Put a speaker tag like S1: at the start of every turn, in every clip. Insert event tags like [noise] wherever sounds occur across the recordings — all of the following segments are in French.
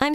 S1: I'm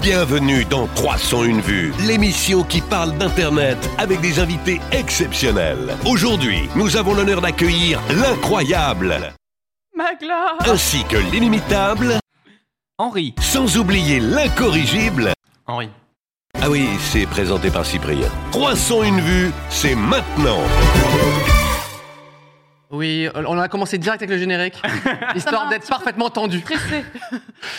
S2: Bienvenue dans 301 vues, l'émission qui parle d'Internet avec des invités exceptionnels. Aujourd'hui, nous avons l'honneur d'accueillir l'incroyable
S3: Magla
S2: ainsi que l'inimitable,
S4: Henri.
S2: sans oublier l'incorrigible.
S4: Henri.
S2: Ah oui, c'est présenté par Cyprien. 301 vues, c'est maintenant.
S5: Oui, on a commencé direct avec le générique,
S3: Ça
S5: histoire
S3: m'a un
S5: d'être
S3: petit peu-
S5: parfaitement tendu. Euh,
S3: Stressé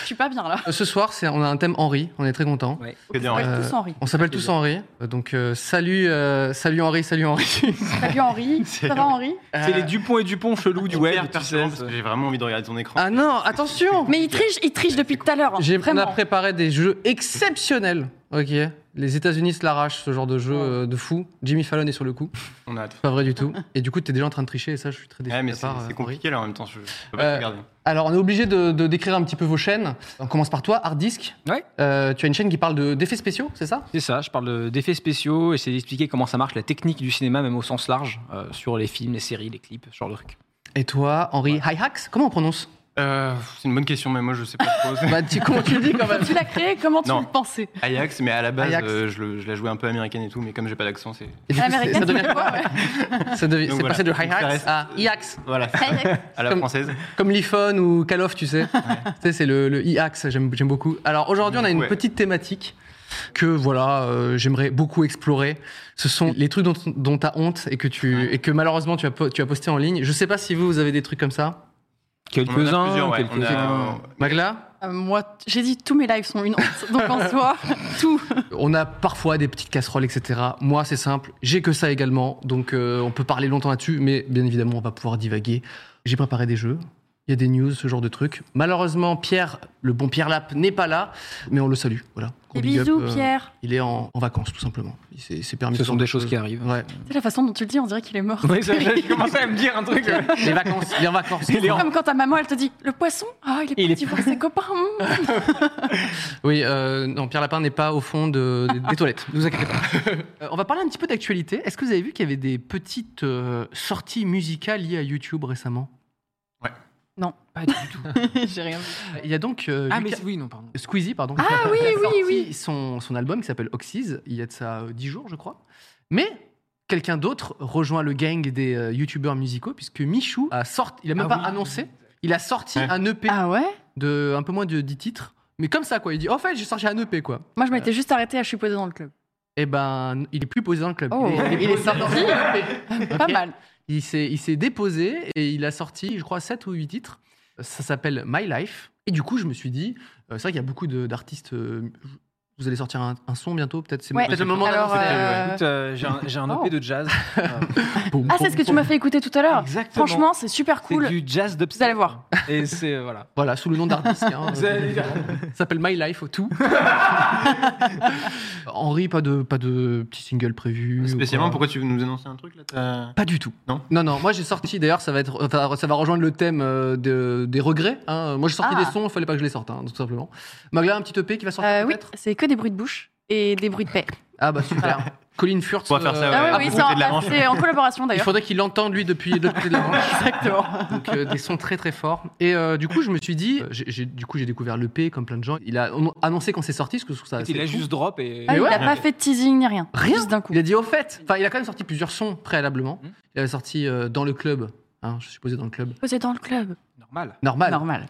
S3: Je suis pas bien là.
S5: Ce soir, c'est- on a un thème Henri, on est très content.
S4: Ouais. Que des Henri.
S3: Ouais, tous Henri.
S5: On s'appelle tous Henri, Euh, donc euh, salut, euh, salut Henri,
S6: [laughs]
S5: salut Henri.
S3: Salut Henri. Ça va Henri
S4: C'est les Dupont et Dupont chelous du
S6: On
S4: web.
S6: perd
S4: tu sais,
S6: personnellement parce que j'ai vraiment envie de regarder ton écran.
S5: ah non, attention
S3: Mais il triche, il triche depuis tout à l'heure. hein.
S5: J'ai on a
S3: Vraiment.
S5: préparé des jeux exceptionnels, ok Les États-Unis se l'arrachent, ce genre de jeu euh, de fou. Jimmy Fallon est sur le coup,
S6: On a hâte.
S5: pas vrai du tout. Et du coup, t'es déjà en train de tricher, et ça, je suis très déçu.
S6: Ouais, mais
S5: de ta
S6: c'est
S5: part,
S6: c'est
S5: euh, Henri.
S6: compliqué là en même temps. Je, je peux pas
S5: Euh,
S6: te regarder.
S5: Alors, on est obligé de, de décrire un petit peu vos chaînes. On commence par toi, Hard Disk.
S4: Ouais.
S5: Euh, tu as une chaîne qui parle de- d'effets spéciaux, c'est ça
S4: C'est ça, je parle de- d'effets spéciaux, j'essaie d'expliquer comment ça marche, la technique du cinéma, même au sens large, euh, sur les films, les séries, les clips, ce genre de truc.
S5: Et toi, Henri High Hacks Comment on prononce
S6: Euh, c'est une bonne question, mais moi je sais pas trop.
S5: [laughs] bah, tu, Comment tu le dis quand même
S3: Quand [laughs] tu l'as créé, comment tu
S6: Non.
S3: le pensais
S6: Ajax, mais à la base,
S5: Ajax.
S6: euh, je, le- je la jouais un peu américaine et tout, mais comme j'ai pas d'accent, c'est.
S5: Et du coup, c'est-
S3: L'américaine,
S5: ça
S3: tu
S5: devient
S3: peux pas, ouais.
S5: Ça devient-
S6: Donc
S5: c'est
S6: voilà,
S5: passé de
S6: donc
S5: high
S6: ça
S5: hacks
S6: reste-
S5: à IAX,
S6: Voilà, à la
S5: Comme- [laughs]
S6: française.
S5: comme l'iPhone ou Call of, tu sais. Tu sais, c'est le, le IAX, j'aime j'aime beaucoup. Alors aujourd'hui, on a une
S6: Ouais.
S5: petite thématique que voilà, euh, j'aimerais beaucoup explorer. Ce sont les trucs dont, dont t'as honte et que tu et que malheureusement tu as po- tu as posté en ligne. Je sais pas si vous vous avez des trucs comme ça.
S6: On en a
S4: Quelques-uns,
S6: plusieurs, ouais.
S4: quelques-
S6: On a-
S5: Magla,
S3: Euh, Moi, t- j'ai dit tous mes lives sont une honte. Donc en soi, tout.
S5: on a parfois des petites casseroles, etc. Moi, c'est simple, j'ai que ça également, donc euh, on peut parler longtemps là-dessus, mais bien évidemment, on va pouvoir divaguer. J'ai préparé des jeux. Il y a des news, ce genre de trucs. Malheureusement, Pierre, le bon Pierre Lap, n'est pas là, mais on le salue. Voilà. Gros
S3: Et
S5: big
S3: bisous,
S5: up, euh,
S3: Pierre.
S5: Il est en, en vacances, tout simplement. Il s'est s'est permis ce
S4: Ce sont
S5: genre
S4: des
S5: de
S4: choses qui [laughs] arrivent.
S5: Ouais.
S3: C'est la façon dont tu le dis, on dirait qu'il est mort.
S4: Oui, ça- j'ai commencé à me dire un truc. euh, ouais.
S5: Les vacances, il est en vacances.
S4: [laughs] Il est en-
S3: Comme quand ta maman, elle te dit le poisson, ah, il est
S4: Il
S3: parti voir ses copains. hum.
S5: Oui, euh, non, Pierre Lapin n'est pas au fond de- des, des toilettes, ne vous inquiétez pas.
S4: [laughs]
S5: Euh, on va parler un petit peu d'actualité. Est-ce que vous avez vu qu'il y avait des petites euh, sorties musicales liées à YouTube récemment
S3: Non,
S4: Pas du tout.
S3: [laughs] j'ai rien vu.
S5: Il y a donc euh,
S4: Ah, mais
S5: Lucas-
S4: c'est- oui, non, pardon.
S5: Squeezie, pardon. [laughs]
S3: Ah oui,
S5: qui a
S3: oui,
S5: sorti
S3: oui.
S5: Son, son album qui s'appelle Oxys, il y a de ça euh, 10 jours, je crois. Mais quelqu'un d'autre rejoint le gang des euh, youtubeurs musicaux, puisque Michou a sorti, il a même
S4: Ah
S5: pas
S4: oui.
S5: annoncé, il a sorti
S6: Ouais.
S5: un EP
S3: Ah ouais
S5: de un peu moins de 10 titres, mais comme ça, quoi. Il dit, en fait, j'ai sorti un EP, quoi.
S3: Moi, je m'étais juste arrêtée à je suis posée dans le club.
S5: Eh ben, il est plus posé dans le club.
S3: Oh, il est
S5: posé dans
S3: sorti.
S5: le EP.
S3: Pas
S5: Ok.
S3: mal.
S5: Il s'est, il s'est déposé et il a sorti, je crois, 7 ou 8 titres. Ça s'appelle My Life. Et du coup, je me suis dit, euh, c'est vrai qu'il y a beaucoup de- d'artistes. euh, vous allez sortir un, un son bientôt, peut-être c'est
S3: Ouais.
S5: peut-être le moment
S3: Alors,
S5: d'annoncer.
S3: euh,
S4: Écoute, euh, j'ai un, j'ai un
S3: Oh.
S4: EP
S3: [laughs]
S4: de jazz. euh,
S5: Poum,
S3: Ah,
S5: poum,
S3: c'est ce que tu
S5: poum.
S3: m'as fait écouter tout à l'heure.
S4: Exactement.
S3: Franchement, c'est super
S4: c'est
S3: cool.
S4: du jazz d'obsède.
S3: Vous allez voir.
S4: [laughs] Et c'est, euh, voilà.
S5: Voilà, sous le nom
S3: [laughs]
S5: d'artiste. hein,
S4: Vous allez voir.
S5: ça s'appelle My Life au tout. Henri, pas de, pas de petit single prévu. ou
S6: Spécialement,
S5: quoi
S6: pourquoi tu veux nous annoncer un truc là t'as-
S5: Pas du tout.
S6: Non
S5: non, non. Moi, j'ai sorti. D'ailleurs, ça va être, enfin, ça va rejoindre le thème euh, de- des regrets. hein. Moi, j'ai sorti
S3: Ah.
S5: des sons. Il fallait pas que je les sorte, hein, tout simplement. Magla, un petit EP qui va sortir
S3: Euh, oui,
S5: peut-être.
S3: c'est que des bruits de bouche et des bruits de paix.
S5: Ah bah super. [laughs] Colin Furtz.
S6: On va faire ça,
S5: euh,
S6: ouais.
S3: Ah
S6: à
S3: oui, oui,
S6: propos
S3: c'est en,
S6: de la Manche.
S3: c'est en collaboration
S5: Il
S3: d'ailleurs.
S5: faudrait qu'il l'entende lui depuis de l'autre côté
S3: [laughs]
S5: de la manche.
S3: Exactement.
S5: Donc euh, des sons très très forts. Et euh, du coup, je me suis dit, euh, j'ai- j'ai- du coup, j'ai découvert le P comme plein de gens. Il a on- annoncé quand c'est sorti, ce que je trouve ça. assez
S4: Il a
S5: fou.
S4: juste drop et.
S3: Ah,
S5: Mais
S3: il
S5: ouais.
S3: n'a pas fait de teasing ni rien.
S5: Rien.
S3: Juste d'un coup.
S5: Il a dit au fait. Enfin, il a quand même sorti plusieurs sons préalablement.
S4: Mm.
S6: Hum.
S5: Il avait sorti euh, dans le club. hein, je suis posé dans le club.
S3: Posé dans le club.
S4: Normal.
S5: Normal.
S3: Normal.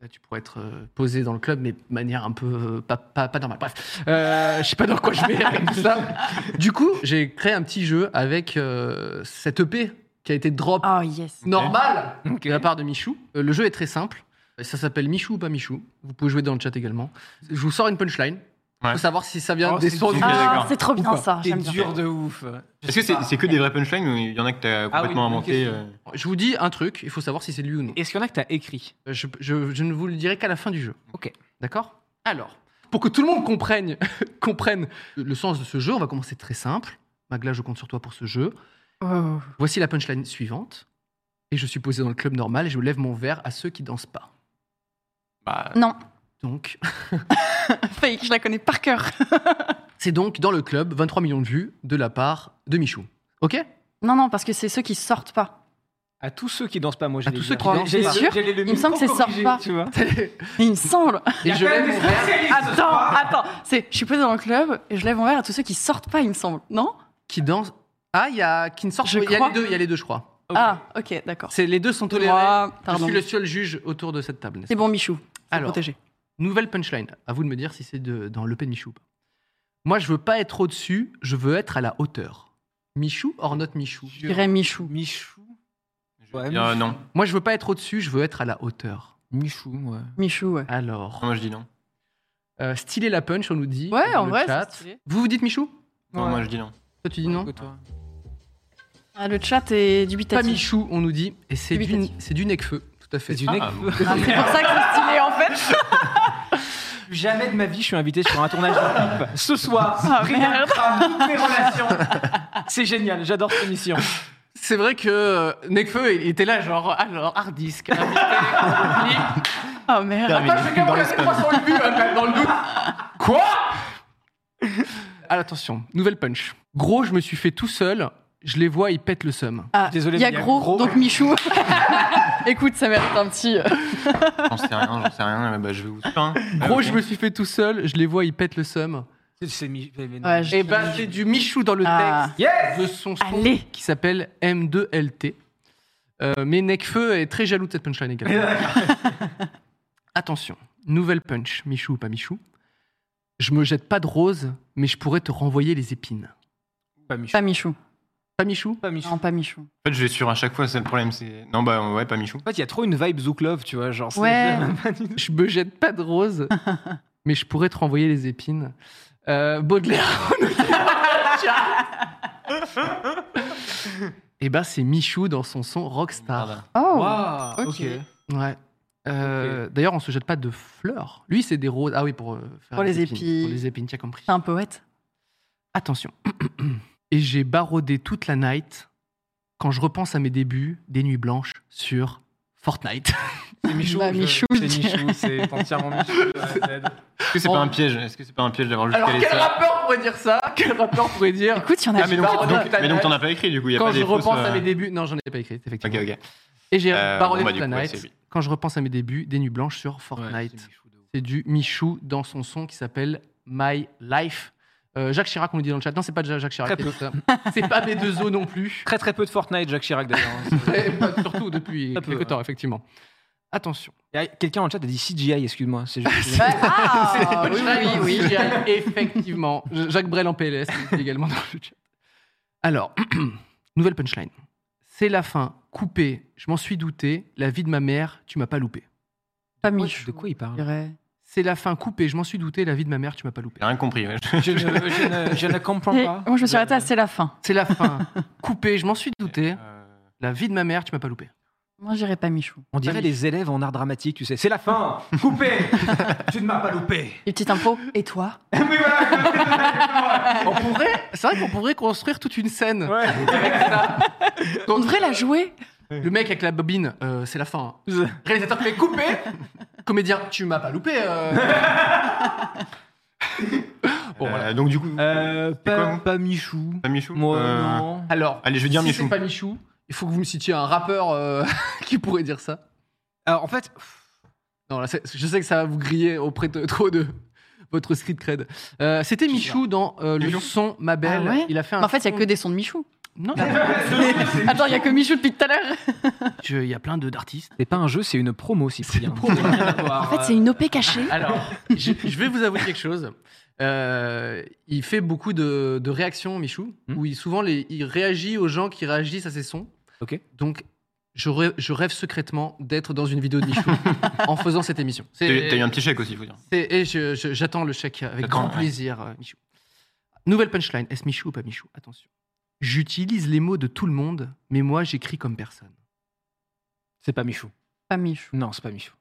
S5: Là, tu pourrais être euh, posé dans le club, mais de manière un peu euh, pas, pas, pas normale. Bref, Euh, je sais pas dans quoi je
S3: [laughs]
S5: vais avec tout ça. Du coup, j'ai créé un petit jeu avec euh, cette EP qui a été drop
S3: Oh yes.
S5: normal
S4: Ok.
S5: de la part de Michou. Euh, le jeu est très simple. Ça s'appelle Michou ou pas Michou. Vous pouvez jouer dans le chat également. Je vous sors une punchline.
S6: Ouais.
S5: Faut savoir si ça vient
S4: Oh,
S5: des
S4: c'est
S5: sources.
S4: dur.
S5: Ah,
S3: Ah,
S6: d'accord.
S3: c'est trop bien ça,
S4: C'est
S3: j'aime bien.
S4: dur de ouf.
S6: Est-ce
S4: Je
S6: que
S4: sais
S6: c'est
S4: pas.
S6: c'est que des vrais punchlines ou il y en a que t'as
S4: Ah oui,
S6: complètement
S4: bonne
S6: inventé
S4: question.
S6: euh,
S5: Je vous dis un truc, il faut savoir si c'est lui ou non.
S4: Est-ce qu'il y en a que t'as écrit
S5: Je, je- je ne vous le dirai qu'à la fin du jeu.
S4: Ok.
S5: D'accord Alors, pour que tout le monde comprenne, [laughs] comprenne le sens de ce jeu, on va commencer très simple. Magla, je compte sur toi pour ce jeu.
S3: Oh.
S5: Voici la punchline suivante. Et je suis posé dans le club normal et je lève mon verre à ceux qui dansent pas.
S6: Bah,
S3: Non,
S5: Donc, [laughs]
S3: fake, je la connais par cœur.
S5: c'est donc dans le club 23 millions de vues de la part de Michou. Ok
S3: Non, non, parce que c'est ceux qui sortent pas.
S4: À tous ceux qui dansent pas, moi j'ai
S5: À tous ceux qui
S3: pas.
S5: dansent
S3: T'es sûr
S4: Il
S3: me semble que c'est sortent pas.
S4: Tu vois
S3: Il me semble.
S5: Et je lève mon verre.
S3: Attends, attends. C'est, je suis posée dans le club et je lève mon verre à tous ceux qui sortent pas, il me semble. Non
S5: Qui dansent. Ah, il y a qui ne sort
S3: Je
S5: Il y a
S3: crois.
S5: les deux, il y a les deux, je crois.
S3: Ah, ok, d'accord.
S5: C'est les deux sont tolérés.
S3: Moi,
S5: je
S3: pardon.
S5: suis le seul juge autour de cette table. n'est-ce
S3: C'est bon, Michou. C'est
S5: Alors.
S3: protégé.
S5: Nouvelle punchline. À vous de me dire si c'est de- dans Le Pen Michou ou pas. Moi, je veux pas être au-dessus, je veux être à la hauteur. Michou or not Michou
S3: Je dirais Michou.
S4: Michou.
S6: je
S5: Ah
S4: Ouais,
S6: vais dire,
S4: mais-
S6: euh, non.
S5: Moi, je veux pas être au-dessus, je veux être à la hauteur.
S4: Michou, ouais.
S3: Michou, ouais.
S5: Alors,
S6: Moi je dis non.
S5: euh, stylé la punch, on nous dit.
S3: Ouais,
S5: dans
S3: en
S5: le
S3: vrai,
S5: chat.
S3: c'est stylé.
S5: Vous vous dites Michou
S6: Non,
S4: Ouais.
S6: moi je dis non.
S5: Toi, tu dis non
S3: Ah, le chat est
S5: Pas
S3: dubitatif.
S5: Michou, on nous dit. Et c'est du,
S3: Dubitatif.
S5: c'est du nec-feu, tout à fait.
S4: C'est du
S6: Ah,
S4: nec.
S6: bon.
S3: Ah, c'est pour ça que c'est stylé en fait.
S4: [laughs] Jamais de ma vie je suis invité sur un tournage de clip. Ce soir,
S3: Ah,
S4: rien
S3: merde.
S4: craint, toutes mes relations. C'est génial, j'adore cette émission.
S5: C'est vrai que euh, Necfeu, il était là, genre, alors, hard [laughs] disk. invité, on oublie.
S3: Oh merde.
S5: Ah, je vais quand même regarder 300 vues, euh, dans le doute. Quoi Ah, attention, nouvelle punch. Gros, je me suis fait tout seul. Je les vois, ils pètent le seum.
S3: Ah,
S4: Désolé,
S3: il y a
S4: mais
S3: gros, donc Michou. [laughs] Écoute, ça mérite un petit. euh,
S6: J'en sais rien, j'en sais rien. Bah, je vais vous dire.
S5: [laughs]
S6: hein.
S5: Gros, je me suis fait tout seul. Je les vois, ils pètent le seum.
S4: C'est- C'est mi- mais non.
S3: ouais, je-
S5: Et ben, c'est du Michou dans le texte
S3: Ah.
S4: Yes
S5: de son son
S3: Allez.
S5: qui s'appelle M2LT. Euh, mais Necfeu est très jaloux de cette punchline également. Attention, nouvelle punch, Michou ou pas Michou. Je me jette pas de rose, mais je pourrais te renvoyer les épines.
S4: Pas Michou.
S3: Pas Michou.
S5: Pas Michou
S4: Pas Michou.
S3: Non, pas Michou.
S6: En fait, je vais sur à chaque fois, c'est le problème. c'est... Non, bah ouais, pas Michou.
S4: En fait, il y a trop une vibe Zouk Love, tu vois. Genre, c'est-
S3: Ouais.
S5: Je me jette pas de rose, mais je pourrais te renvoyer les épines. Euh, Baudelaire. Et ben c'est Michou dans son son Rockstar.
S3: Oh.
S4: [laughs] Waouh,
S3: Ok.
S4: ok.
S5: Ouais. Euh, D'ailleurs, on se jette pas de fleurs. Lui, c'est des roses. Ah oui, pour euh, faire
S3: Pour les épines.
S5: Pour les épines, tu as compris.
S3: T'es un poète.
S5: Attention. [clears throat] Et j'ai barodé toute la night quand je repense à mes débuts des nuits blanches sur Fortnite.
S4: C'est Michou.
S3: Bah,
S4: je-
S3: Michou,
S4: C'est
S3: je dirais.
S4: Michou, c'est entièrement Michou. de A à Z.
S6: Est-ce que c'est
S5: En-
S6: pas un piège Est-ce que c'est pas un piège d'avoir juste
S5: Oh. Alors,
S6: calé
S5: quel
S6: ça
S5: rappeur pourrait dire ça Quel rappeur pourrait dire
S3: Écoute, il y en a.
S6: Ah, mais donc,
S5: Bah,
S6: donc-
S5: voilà.
S6: mais donc t'en as pas écrit du coup, il y a
S5: quand
S6: pas des
S5: je
S6: fausses,
S5: repense
S6: euh,
S5: à mes débuts, non, j'en ai pas écrit,
S6: Ok,
S5: effectivement.
S6: ok.
S5: Et j'ai
S6: Euh,
S5: barodé
S6: bon, bah,
S5: toute
S6: du
S5: la
S6: coup, ouais,
S5: night
S6: c'est lui.
S5: quand je repense à mes débuts des nuits blanches sur
S4: Ouais,
S5: Fortnite.
S4: c'est Michou de ouf.
S5: c'est du Michou dans son son qui s'appelle My Life. Euh, Jacques Chirac, on nous dit dans le chat. Non, c'est pas Jacques Chirac.
S4: Très peu.
S5: c'est ça. C'est pas B2O non
S4: [laughs]
S5: plus.
S4: Très très peu de Fortnite, Jacques Chirac d'ailleurs.
S5: Et pas- Surtout depuis
S4: Très peu,
S5: quelques
S4: ouais.
S5: temps, effectivement. Attention.
S4: Il y a Quelqu'un en chat a dit CGI, excuse-moi. [laughs] C'est juste-
S3: Ouais, Ah, oui,
S5: Jacques,
S3: oui, oui.
S5: Jacques, effectivement. J- Jacques Brel en PLS est également dans le chat. Alors, [clears throat] nouvelle punchline. C'est la fin, coupé, je m'en suis douté, la vie de ma mère, tu m'as pas loupé.
S3: Pas
S4: Ouais,
S3: Michou.
S4: De quoi il
S3: je
S4: parle
S3: dirais.
S5: C'est la fin, coupé, je m'en suis douté, la vie de ma mère, tu m'as pas loupé.
S6: J'ai rien compris. ouais.
S4: je ne, je ne- je ne comprends
S3: Et
S4: pas.
S3: Moi, je me suis arrêtée à c'est la fin.
S5: C'est la fin,
S6: [laughs]
S5: coupé, je m'en suis douté,
S6: Euh,
S5: la vie de ma mère, tu m'as pas loupé.
S3: Moi, j'irais pas Michou.
S4: On dirait les élèves en art dramatique, tu sais. C'est la fin [laughs] Coupé Tu ne m'as pas loupé
S3: Les petites impôts. Et toi
S5: On pourrait, c'est vrai qu'on pourrait construire toute une scène.
S4: [laughs] Ouais.
S3: On devrait la jouer.
S5: Le mec avec la bobine, euh, c'est la fin. Réalisateur qui
S6: [laughs]
S5: fait coupé, comédien, tu m'as pas loupé. euh. bon,
S6: euh,
S5: voilà.
S6: Donc du coup,
S4: Euh,
S6: C'est quoi,
S4: pas,
S6: vous
S4: pas Michou.
S6: pas Michou
S4: Moi,
S6: Euh,
S4: non.
S5: Alors,
S6: Allez, je vais dire
S5: si
S6: Michou.
S5: c'est pas Michou, il faut que vous me citiez un rappeur euh, [laughs] qui pourrait dire ça.
S4: Alors, en fait, [laughs]
S5: Non, là, c'est- je sais que ça va vous griller auprès de trop de votre script cred. Euh, C'était Michou dans euh, le
S6: Michou
S5: son Ma Belle.
S3: Ah ouais
S5: il a fait un
S3: Mais en fait, il y a
S5: son-
S3: que des sons de Michou.
S5: Non,
S4: Ah,
S3: Attends, il y a que Michou depuis tout à l'heure.
S5: tu- il y a plein de- d'artistes.
S4: c'est pas un jeu, c'est une promo, Cyprien. [laughs]
S3: En fait, c'est une OP cachée.
S5: Alors, je, je vais vous avouer quelque chose. Euh, il fait beaucoup de, de réactions, Michou,
S4: Hmm.
S5: où il, souvent les- il réagit aux gens qui réagissent à ses sons.
S4: Ok.
S5: Donc, je rêve, je rêve secrètement d'être dans une vidéo de [laughs] Michou en faisant cette émission. C'est-
S6: T'as eu- t'as eu un petit chèque aussi, faut dire.
S5: c'est- Et je- je- j'attends le chèque avec
S6: J'attends,
S5: grand
S6: ouais.
S5: plaisir, euh, Michou. Nouvelle punchline. Est-ce Michou ou pas Michou Attention. J'utilise les mots de tout le monde, mais moi, j'écris comme personne.
S4: C'est pas Michou.
S3: Pas Michou.
S4: Non, c'est pas Michou.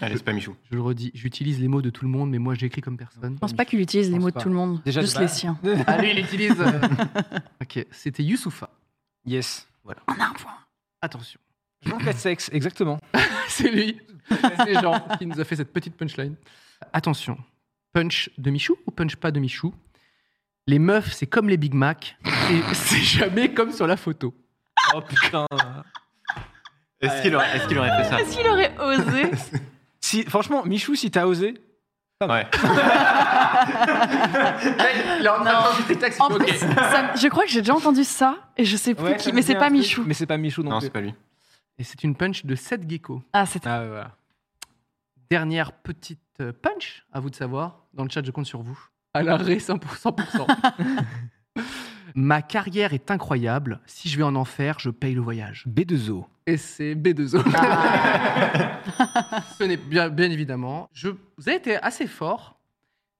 S6: Allez, c'est pas Michou.
S5: Je le redis. J'utilise les mots de tout le monde, mais moi, j'écris comme personne.
S3: Je pense pas qu'il utilise
S4: Je
S3: les
S4: pense
S3: mots
S4: pas.
S3: de tout le monde,
S4: Déjà,
S3: juste
S4: de
S3: les
S4: base.
S3: siens.
S5: Ah, lui, il utilise. euh, [laughs] ok, c'était Youssoufa.
S4: Yes. Voilà.
S3: On a un point.
S5: Attention.
S4: Jean Castex, exactement.
S5: [laughs] C'est lui. C'est Jean qui nous a fait cette petite punchline. Attention. Punch de Michou ou punch pas de Michou Les meufs, c'est comme les Big Mac. et [laughs] C'est jamais comme sur la photo.
S4: Oh putain.
S6: Est-ce qu'il aurait, est-ce qu'il aurait
S3: [laughs]
S6: fait ça
S3: Est-ce qu'il Ah, aurait osé
S4: Si, franchement, Michou, si t'as osé,
S6: Ouais.
S5: [laughs]
S3: En plus, ça- je crois que j'ai déjà entendu ça et je sais plus
S4: Ouais, ça
S3: qui,
S4: me
S3: mais
S4: dit
S3: c'est
S4: un
S3: pas
S4: truc,
S3: Michou.
S4: Mais c'est pas Michou non,
S6: Non,
S4: plus.
S6: c'est pas lui.
S5: Et c'est une punch de 7 geckos.
S3: Ah, c'était.
S4: Ah ouais, voilà.
S5: Dernière petite euh, punch, à vous de savoir. Dans le chat, je compte sur vous. À l'arrêt, 100%. 100%. [laughs] Ma carrière est incroyable. Si je vais en enfer, je paye le voyage.
S4: B2O.
S5: Et c'est B2O.
S3: Ah.
S5: [laughs] Ce n'est bien, bien évidemment. Je, vous avez été assez fort,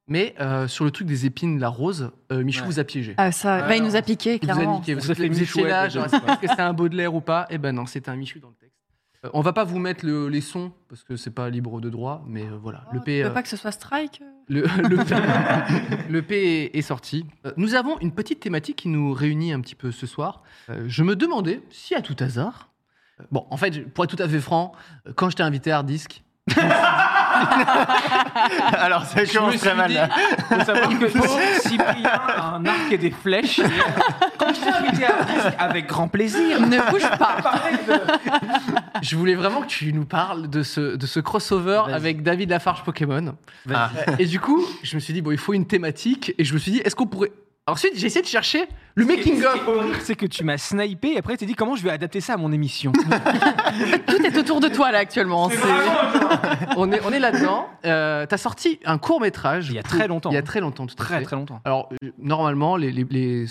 S5: mais euh, sur le truc des épines, la rose, euh, Michou
S4: Ouais.
S5: vous a piégé.
S3: Ah, ça,
S4: Ah,
S3: bah, il
S4: non.
S3: nous a piqué,
S5: Il vous a
S3: clairement.
S5: niqué. Vous,
S4: Ça fait
S5: vous
S4: Michou
S5: étiez là,
S4: avec
S5: genre,
S4: les
S5: hein. est-ce que c'est un Baudelaire ou pas Eh ben non, c'était un Michou dans le texte. Euh, on va pas vous mettre le- les sons, parce que c'est pas libre de droit, mais euh, voilà.
S3: le
S5: le P, euh,
S3: pas que ce soit Strike euh
S5: le, [laughs] le P- le P est, est sorti. Euh, Nous avons une petite thématique qui nous réunit un petit peu ce soir. Euh, Je me demandais si à tout hasard. euh, Bon, en fait, pour être tout à fait franc, euh, quand je t'ai invité à Hard Disk,
S6: [laughs] Alors, ça
S5: je me
S6: commence
S5: suis
S6: très mal.
S5: dit-
S6: là.
S4: Faut savoir
S5: [laughs]
S4: que Cyprien a un arc et des flèches. Et Quand je t'ai invité à un disque, avec grand plaisir.
S3: Ne bouge pas
S4: Parlez de-
S5: Je voulais vraiment que tu nous parles de ce, de ce crossover
S4: Vas-y.
S5: avec David Lafarge Pokémon. Euh,
S4: Vas-y.
S5: Et du coup, je me suis dit, bon, il faut une thématique. Et je me suis dit, est-ce qu'on pourrait. Ensuite, j'ai essayé de chercher le making
S4: Ce qui est
S5: of.
S4: horrible, C'est que tu m'as snipé et après tu dit comment je vais adapter ça à mon
S5: [laughs]
S4: émission.
S3: Tout est autour de toi, là, actuellement. C'est-
S5: On est, on est là-dedans. Euh, T'as sorti un court métrage.
S4: Il y a très longtemps.
S5: Il y a très longtemps, tout à
S4: très
S5: fait.
S4: très longtemps.
S5: Alors, euh, normalement, les, les, les-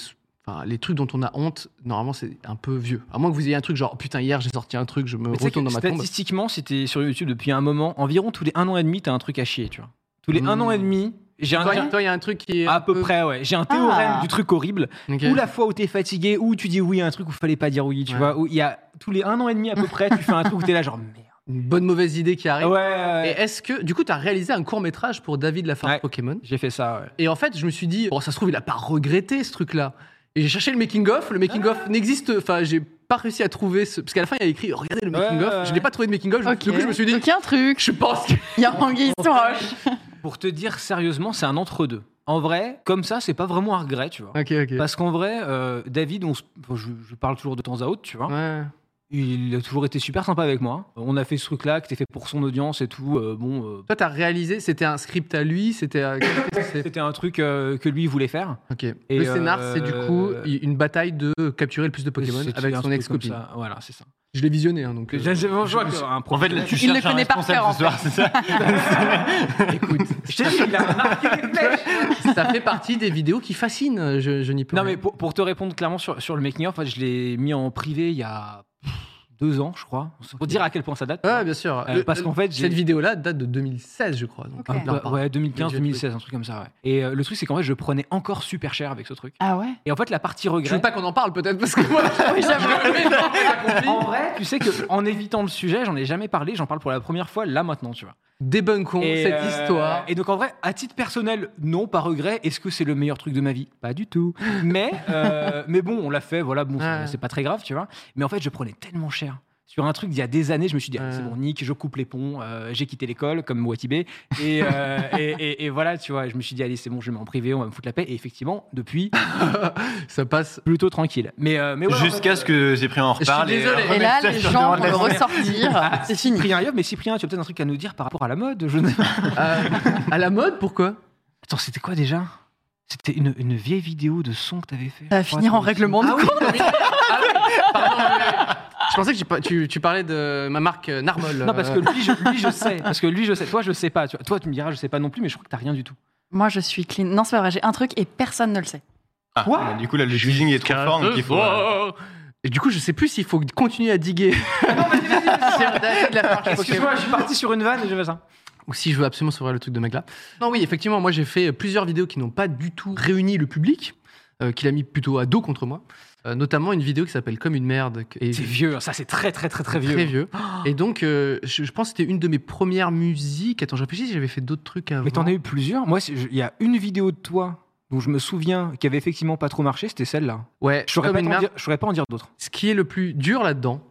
S5: enfin, les trucs dont on a honte, normalement, c'est un peu vieux. À moins que vous ayez un truc genre, oh, putain, hier, j'ai sorti un truc, je me
S4: Mais tu sais
S5: retourne
S4: que
S5: dans ma tombe.
S4: statistiquement, si t'es sur YouTube depuis un moment, environ tous les un an et demi, t'as un truc à chier, tu vois. Tous les un
S5: Hmm.
S4: an et demi, j'ai un
S5: Toi, il- toi, il y a un truc qui est.
S4: à
S5: un
S4: peu près, ouais. J'ai un théorème
S3: Ah.
S4: du truc horrible.
S5: Ok.
S4: Ou la fois où t'es fatigué, ou tu dis oui à un truc où fallait pas dire oui, tu
S5: Ouais.
S4: vois. Où il y a tous les un an et demi
S5: [laughs]
S4: à peu près, tu fais un truc où t'es là genre merde.
S5: Une bonne mauvaise idée qui arrive.
S4: Ouais.
S5: Et
S4: ouais.
S5: est-ce que, du coup, tu as réalisé un court métrage pour David Lafarge
S4: Ouais.
S5: Pokémon
S4: J'ai fait ça. Ouais.
S5: Et en fait, je me suis dit, oh, ça se trouve, il a pas regretté ce truc-là. Et j'ai cherché le making-of. Le making-of
S4: Ah.
S5: n'existe. Enfin, j'ai pas réussi à trouver ce. Parce qu'à la fin, il y a écrit, regardez le
S4: Ouais,
S5: making-of.
S4: ouais,
S5: Je
S4: ouais.
S5: n'ai pas trouvé de making-of.
S3: Ok.
S5: Du coup, je me suis dit,
S3: Donc, il y a un truc.
S5: je pense que.
S3: Il y a Anguille sous roche.
S4: Pour te dire sérieusement, c'est un entre deux. En vrai, comme ça, c'est pas vraiment un regret, tu vois.
S5: Ok, ok.
S4: Parce qu'en vrai, euh, David, on se- enfin, je, je parle toujours de temps à autre, tu vois.
S5: Ouais.
S4: Il a toujours été super sympa avec moi. On a fait ce truc-là, que t'es fait pour son audience et tout. euh, bon, euh,
S5: Toi, t'as réalisé, c'était un script à lui, c'était. euh, qu'est-ce
S4: [coughs]
S5: que c'est
S4: c'était un truc euh, que lui voulait faire.
S5: Ok.
S4: Et,
S5: le scénar,
S4: euh,
S5: c'est du coup une bataille de capturer le plus de Pokémon
S4: C'était
S5: avec
S4: un
S5: son
S4: truc
S5: ex-copine.
S4: comme ça. Voilà, c'est ça.
S5: Je l'ai visionné, hein, donc. euh,
S4: [laughs]
S6: En fait, là, tu
S3: Il le
S6: cherches un
S3: connaît par
S6: responsable
S3: cœur, en
S6: ce soir, c'est ça
S4: [laughs]
S5: écoute,
S4: Je t'ai dit, il a marqué les flèches.
S5: ça fait partie des vidéos qui fascinent. euh, Je, je n'y peux
S4: Non,
S5: rien.
S4: mais pour, pour te répondre clairement sur, sur le making of, en fait, je l'ai mis en privé il y a pff, deux ans, je crois. Pour dire à quel point ça date.
S5: Ouais, Ah, bien sûr.
S4: Euh,
S5: Le-
S4: parce qu'en fait, j'ai-
S5: cette vidéo-là date de 2016, je crois. Donc,
S3: Ok.
S5: on en
S4: Bah,
S5: parle.
S4: ouais, 2015,
S5: Budget,
S4: 2016, un truc comme ça. ouais. Et euh, le truc, c'est qu'en fait, je prenais encore super cher avec ce truc.
S3: Ah ouais
S4: Et en fait, la partie
S5: Je
S4: regret.
S5: veux pas qu'on en parle peut-être parce que
S4: [laughs]
S5: moi, oui,
S4: En vrai, tu sais que en évitant le sujet, j'en ai jamais parlé. J'en parle pour la première fois là maintenant, tu vois.
S5: Débunkons cette
S4: euh,
S5: histoire.
S4: Et donc en vrai, à titre personnel, non, pas regret. Est-ce que c'est le meilleur truc de ma vie Pas du
S5: [laughs]
S4: tout. Mais euh, mais bon, on l'a fait. Voilà, bon, c'est-
S5: Ouais.
S4: c'est pas très grave, tu vois. Mais en fait, je prenais tellement cher. Sur un truc d'il y a des années, je me suis dit, ah, c'est
S5: Ouais.
S4: bon, Nick, je coupe les ponts, euh, j'ai quitté l'école, comme Watibé. Et,
S5: [laughs]
S4: euh, et, et- et voilà, tu vois, je me suis dit, allez, c'est bon, je vais m'en privé, on va me foutre la paix. Et effectivement, depuis,
S5: Ça passe.
S4: plutôt tranquille. Mais, euh, mais ouais, en fait,
S6: Jusqu'à ce que Cyprien en
S5: suis
S6: reparle. et-
S5: désolé.
S3: Et
S6: remettre
S3: là,
S6: ça
S3: les
S6: sur
S3: gens
S6: le
S3: vont
S6: devant de
S3: le
S6: la scène.
S4: [laughs]
S3: ressortir. C'est fini.
S4: Ah, Cyprien Yov, mais Cyprien, tu as peut-être un truc à nous dire par rapport à la mode. Je ne-
S5: Euh, à la mode, pourquoi
S4: Attends, c'était quoi déjà C'était une, une vieille vidéo de son que t'avais fait.
S3: Ça va finir en règlement de
S4: Ah oui,
S3: compte.
S5: Je pensais que tu, par- tu, tu parlais de ma marque euh, Narmol.
S4: Non, parce que
S5: euh,
S4: lui je, lui, [laughs] je sais. Parce que lui, je sais. Toi, je sais pas. Tu vois. Toi, tu me diras, je sais pas non plus, mais je crois que t'as rien du tout.
S3: Moi, je suis clean. Non, c'est pas vrai, j'ai un truc et personne ne le sait.
S6: Ah,
S4: Quoi
S6: bah, Du coup, là, le juicing est trop fort, donc il faut. euh,
S5: Et du coup, je sais plus s'il faut continuer à [laughs] diguer
S4: Ah,
S5: sur David Lafarge Pokémon.
S4: Excuse-moi, je suis parti sur une vanne et j'ai fait ça.
S5: ou si je veux absolument sauver le truc de Magla. Non, oui, effectivement, moi j'ai fait plusieurs vidéos qui n'ont pas du tout réuni le public, euh, qu'il a mis plutôt à dos contre moi. Euh, notamment une vidéo qui s'appelle Comme une merde. que- Et
S4: C'est vieux, hein. ça c'est très très très très vieux.
S5: Très [gasps] vieux. Et donc, euh, je, je pense que c'était une de mes premières musiques. Attends, je réfléchis si j'avais fait d'autres trucs avant.
S4: Mais t'en as eu plusieurs. Moi, c'est- je- il y a une vidéo de toi dont je me souviens qui avait effectivement pas trop marché, c'était celle-là.
S5: Ouais,
S4: Je saurais
S5: Comme
S4: pas,
S5: une
S4: t'en
S5: merde.
S4: dire- je saurais pas en dire d'autres.
S5: Ce qui est le plus dur là-dedans,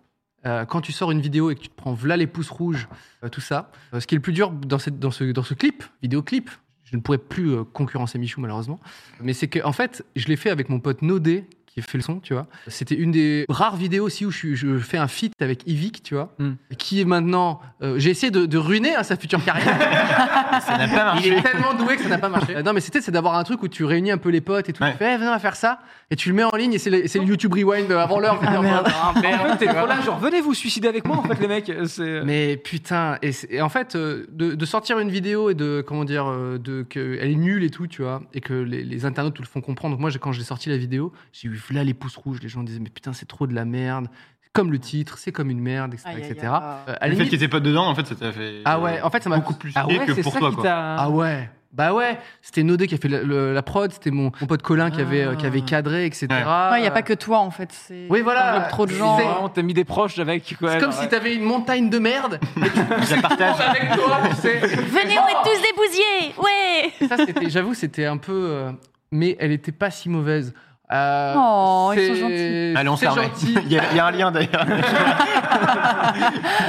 S5: euh, quand tu sors une vidéo et que tu te prends v'là les pouces rouges, euh, tout ça, euh, ce qui est le plus dur dans, cette- dans ce, dans ce clip, vidéoclip, je ne pourrais plus euh, concurrencer Michou malheureusement, mais c'est que en fait, je l'ai fait avec mon pote Nodé qui fait le son, tu vois. C'était une des rares vidéos aussi où je, suis- je fais un feat avec Yvick, tu vois,
S4: Mm.
S5: qui est maintenant... euh, J'ai essayé de, de ruiner hein, sa future carrière. [laughs]
S6: Ça n'a pas
S5: Il est
S6: marché.
S5: tellement doué que ça n'a pas marché. [laughs] Euh, non, mais c'était c'est d'avoir un truc où tu réunis un peu les potes et tout.
S6: Ouais.
S5: Tu fais, eh, venez, on va faire ça. Et tu le mets en ligne et c'est le, c'est le YouTube Rewind euh, avant l'heure. T'es en mode, Ah, merde.
S4: T'es trop là, genre venez vous suicider avec moi en fait les mecs. C'est...
S5: Mais putain, et, c'est- et en fait, euh, de, de sortir une vidéo et de, comment dire, euh, de, qu'elle est nulle et tout, tu vois, et que les, les internautes tout le font comprendre. Donc moi, j'ai- quand j'ai sorti la vidéo, j'ai eu là les pouces rouges, les gens disaient, mais putain, c'est trop de la merde, C'est comme le titre, c'est comme une merde, etc.
S3: Aïe, aïe, aïe.
S5: etc. Euh, à la
S6: Le fait
S5: limite-
S6: qu'il était pas dedans, en fait, ça t'a fait.
S5: ah ouais, en fait, ça m'a
S6: beaucoup plus
S4: Ah ouais,
S6: chier que
S4: c'est
S6: pour
S4: ça
S6: toi,
S4: qui
S6: quoi.
S4: t'a.
S5: Ah ouais bah ouais, c'était Nodé qui a fait la, le- la prod, c'était mon, mon pote Colin qui avait, euh, qui avait
S4: Ah.
S5: cadré, etc.
S6: Ouais.
S3: Il n'y a pas que toi en fait. c'est-
S5: Ah. Oui, voilà.
S3: t'englobes trop de
S5: C'est-
S3: gens.
S5: c'est-
S4: Vraiment, T'as mis des proches avec. quoi,
S5: C'est comme
S4: alors,
S5: si t'avais une montagne de merde
S6: [laughs]
S5: [laughs]
S6: Je la partage.
S5: avec toi, tu sais.
S1: Venez, on est tous des bousiers Ouais
S5: Ça, c'était- j'avoue, c'était un peu. euh, mais elle était pas si mauvaise. Euh,
S3: Oh, ils
S5: c'est-
S3: sont gentils.
S6: Allez, on
S5: c'est
S6: se remet.
S5: gentil.
S6: [laughs] Il y, a il y a un lien d'ailleurs.
S3: [laughs]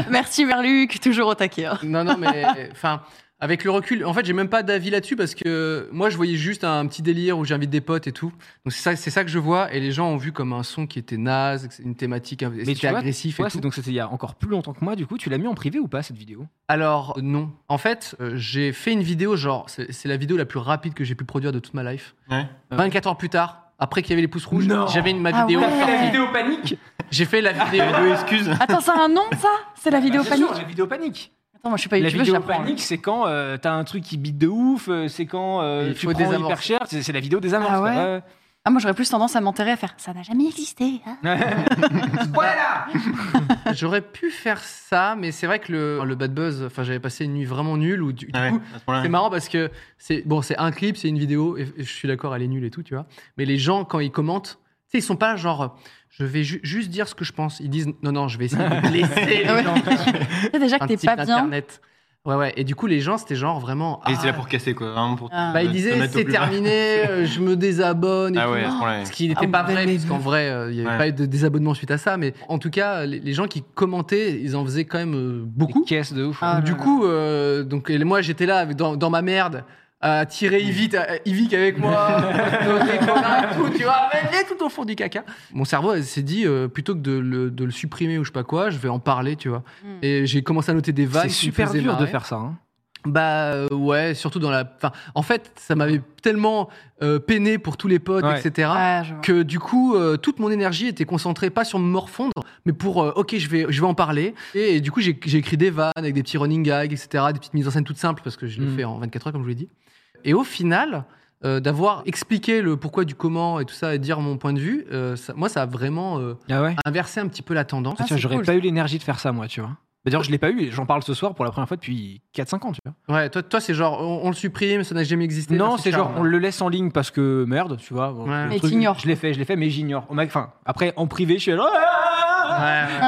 S3: Merci Merluc, toujours au taquet. hein.
S5: Non, non, mais enfin, avec le recul, en fait, j'ai même pas d'avis là-dessus parce que moi, je voyais juste un petit délire où j'invite des potes et tout. Donc c'est ça, c'est ça que je vois. Et les gens ont vu comme un son qui était naze, une thématique,
S4: tu
S5: c'était
S4: vois,
S5: agressif
S4: Ouais,
S5: et
S4: c'est-
S5: tout.
S4: donc c'était il y a encore plus longtemps que moi, du coup, tu l'as mis en privé ou pas cette vidéo
S5: Alors non, en fait, euh, j'ai fait une vidéo genre, c'est c'est la vidéo la plus rapide que j'ai pu produire de toute ma life.
S6: Ouais.
S5: 24 heures plus tard. Après qu'il y avait les pouces rouges,
S4: Euh. Non.
S5: j'avais une- ma
S3: Ah
S5: vidéo.
S3: ouais.
S5: sortie.
S3: La
S4: vidéo panique
S5: J'ai fait la vidéo.
S6: Deux excuses.
S3: Attends, ça a un nom ça C'est la vidéo panique
S4: Ah, la vidéo panique.
S3: Attends, moi je suis pas
S4: Bah, la
S3: youtubeur, je
S4: vidéo
S3: la prends.
S4: panique, c'est quand euh, t'as un truc qui bite de ouf, euh, c'est quand euh,
S5: Il
S4: tu
S5: faut
S4: prends hyper
S5: désamorcer.
S4: cher, c'est, c'est la vidéo des amorces.
S3: Ah
S4: quoi.
S3: ouais Ah, moi j'aurais plus tendance à m'enterrer à faire ça n'a jamais existé. hein.
S4: [laughs]
S5: J'aurais pu faire ça, mais c'est vrai que le, le bad buzz, enfin j'avais passé une nuit vraiment nulle où du, du
S6: Ah ouais,
S5: coup,
S6: à ce moment-là.
S5: c'est marrant parce que c'est bon, c'est un clip, c'est une vidéo, et je suis d'accord, elle est nulle et tout, tu vois. Mais les gens quand ils commentent, tu sais, ils sont pas genre, je vais ju- juste dire ce que je pense. Ils disent, non non, je vais essayer
S6: [laughs]
S5: de blesser
S3: Ah
S5: les
S3: ouais.
S5: gens.
S3: Tu sais déjà que
S5: Un
S3: t'es
S5: type
S3: pas bien.
S5: d'internet. Ouais ouais. Et du coup, les gens c'était genre vraiment.
S6: Et
S5: ah,
S6: c'est là pour casser, quoi. Vraiment pour.
S3: Ah.
S5: Bah ils
S6: te
S5: disaient,
S6: mettre au
S5: c'est
S6: plus bas.
S5: terminé, euh, je me désabonne. Et
S6: Ah
S5: tout.
S6: ouais, à ce moment-là.
S5: Ce qui n'était
S3: Ah,
S5: pas
S3: mais
S5: vrai,
S3: les
S5: parce qu'en vrai, euh, il n'y avait
S6: Ouais.
S5: pas eu de désabonnement suite à ça. Mais en tout cas, les, les gens qui commentaient, ils en faisaient quand même euh, beaucoup.
S4: Des caisses de ouf.
S3: Ah,
S5: du
S3: là, là.
S5: coup, euh, donc, et moi, j'étais là avec- dans, dans ma merde à
S6: Mm.
S5: tirer Yvick, à- à- Yvick avec moi,
S6: [laughs]
S5: noter Colin et tout, tu vois, mais elle est tout au fond du caca. Mon cerveau elle s'est dit, euh, plutôt que de le, de le supprimer ou je sais pas quoi, je vais en parler, tu vois.
S3: Mm.
S5: Et j'ai commencé à noter des vannes.
S4: c'est
S5: qui me
S4: super
S5: faisaient
S4: dur de
S5: marrer.
S4: faire ça. hein.
S5: Bah euh, ouais, surtout dans la. Enfin, en fait, ça m'avait tellement euh, peiné pour tous les potes,
S4: Ouais.
S5: etc
S3: Ah, je vois.
S5: que du coup euh, toute mon énergie était concentrée pas sur me morfondre mais pour euh, ok je vais je vais en parler et, du coup j'ai j'ai écrit des vannes avec des petits running gags etc des petites mises en scène toutes simples parce que je l'ai
S4: Mm.
S5: fait en 24 heures comme je vous l'ai dit et au final euh, d'avoir expliqué le pourquoi du comment et tout ça et dire mon point de vue euh, ça- moi ça a vraiment euh,
S4: Ah ouais
S5: inversé un petit peu la tendance
S4: Ah, tiens, j'aurais pas eu l'énergie de faire ça, moi, tu vois. Bah, D'ailleurs, je l'ai pas eu, et j'en parle ce soir pour la première fois depuis 4-5 ans, tu vois.
S5: ouais toi toi c'est genre on, on le supprime ça n'a jamais existé
S4: Non,
S5: merci
S4: c'est genre,
S5: Charles.
S4: on le laisse en ligne parce que merde, tu vois.
S5: Ouais.
S4: le
S3: Et
S4: truc,
S3: t'ignores.
S4: Je l'ai fait, je l'ai fait, mais j'ignore. Au mec- Enfin, après, en privé, je suis là.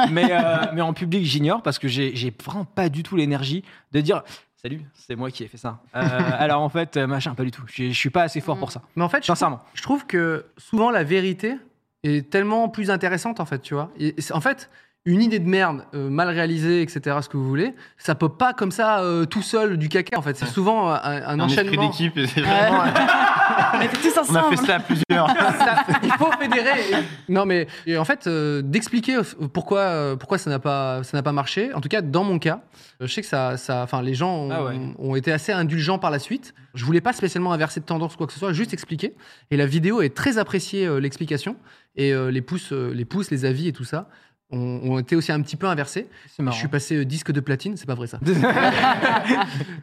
S5: Ouais, ouais.
S4: [laughs] mais, euh, mais en public, j'ignore parce que j'ai j'ai vraiment pas du tout l'énergie de dire Salut, c'est moi qui ai fait ça. Euh, alors en fait, euh, machin, pas du tout. Je je suis pas assez fort pour ça.
S3: Mm.
S5: mais en fait je
S4: Sincèrement.
S5: je trouve que souvent la vérité est tellement plus intéressante en fait, tu vois. Et c'est- en fait, une idée de merde euh, mal réalisée, etc., ce que vous voulez, ça peut pas comme ça euh, tout seul du caca en fait. C'est souvent un, un
S6: Un esprit
S5: enchaînement.
S6: d'équipe. et c'est
S3: Ouais.
S6: vraiment-
S3: [laughs] On était tous
S6: On a fait
S3: ensemble.
S6: ça à [laughs] plusieurs.
S5: Ça, [laughs] il faut fédérer. Non mais et en fait, euh, d'expliquer euh, pourquoi euh, pourquoi ça n'a pas ça n'a pas marché. En tout cas, dans mon cas, euh, je sais que ça ça, enfin les gens ont,
S4: Ah ouais.
S5: ont été assez indulgents par la suite. Je voulais pas spécialement inverser de tendance ou quoi que ce soit, juste expliquer. Et la vidéo est très appréciée, euh, l'explication. Et euh, les, pouces, euh, les pouces, les avis et tout ça ont, ont été aussi un petit peu inversés.
S4: C'est marrant.
S5: Je suis passé euh, disque de platine, c'est
S6: [laughs]
S5: pas vrai ça. [laughs]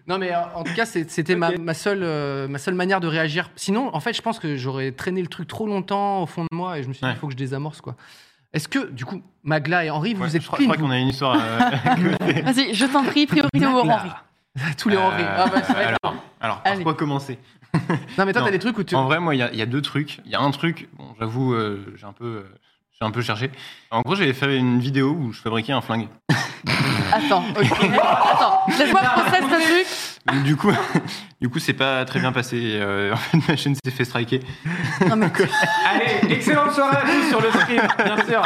S5: non mais euh, en tout cas, c'est- c'était ma, ma seule, euh, ma seule manière de réagir. Sinon, en fait, je pense que j'aurais traîné le truc trop longtemps au fond de moi et je me suis dit,
S6: Ouais.
S5: il faut que je désamorce quoi. Est-ce que, du coup, Magla et Henri, vous
S6: Ouais,
S5: vous
S6: je
S5: êtes
S6: crois,
S5: pris
S6: je crois qu'on a une histoire. euh,
S3: Vas-y, je t'en prie, priorité au Henri.
S5: tous les Henri [laughs] Ah bah, c'est vrai.
S6: Euh, alors, alors, par
S3: Allez.
S6: quoi commencer
S5: Non, mais toi,
S6: non.
S5: t'as des trucs où tu.
S6: En vrai, moi, il y, a- il y a deux trucs. Il y a un truc, bon, j'avoue, euh, j'ai un peu, euh, j'ai un peu cherché. En gros, j'avais fait une vidéo où je fabriquais un flingue.
S3: Attends, ok. Attends, laisse-moi process ce truc.
S6: Donc, du coup, [laughs] du coup, c'est pas très bien passé. et, euh, en fait, ma chaîne s'est fait striker.
S3: Non, mais
S4: Allez, Eh, excellente soirée à tous sur le [laughs] stream, bien sûr.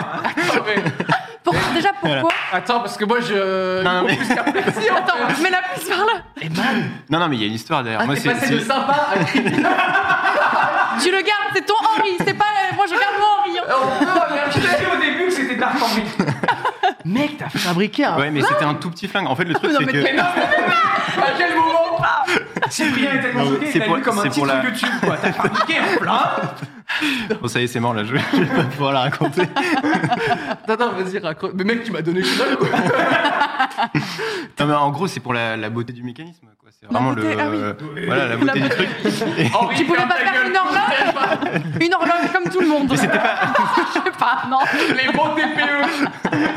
S3: pour- déjà, pourquoi
S5: Attends, parce que moi, je.
S6: Non, non, mais- [laughs]
S3: Si, attends, mets la puce par là.
S6: Non, non, mais il y a une histoire derrière.
S5: Ah,
S6: Moi,
S5: t'es
S6: c'est-
S5: passé de
S6: c'est-
S5: sympa [laughs] à
S3: Tu le gardes, c'est ton Henri. C'est pas. euh, Moi, je garde mon Henri. hein.
S4: J'ai dit au début que c'était Dark Henry.
S5: Mec, t'as fabriqué un.
S6: Ouais, mais c'était un tout petit flingue. En fait, le truc, c'est que.
S4: À quel moment Cyprien est Ah. tellement
S6: Non,
S4: choqué,
S6: c'est
S4: il a
S6: pour-
S4: vu comme un
S6: c'est
S4: petit
S6: pour
S4: truc
S6: la-
S4: de tube, quoi. T'as fabriqué un plat
S6: Bon, ça y est, c'est mort là. Je je vais pas pouvoir la raconter.
S5: Attends, attends, vas-y, raconte. Mais mec, tu m'as donné chaud. [laughs]
S6: Non, mais en gros, c'est pour la, la beauté du mécanisme. quoi. C'est vraiment
S3: beauté,
S6: le.
S3: ah oui.
S6: Voilà, la beauté
S3: La
S6: du truc.
S4: Henri,
S3: Tu pouvais
S4: ferme
S3: pas
S4: ta
S3: faire
S4: gueule.
S3: une horloge Une horloge comme tout le monde. Mais c'était pas. [laughs] je sais pas, non.
S4: Les bons TPE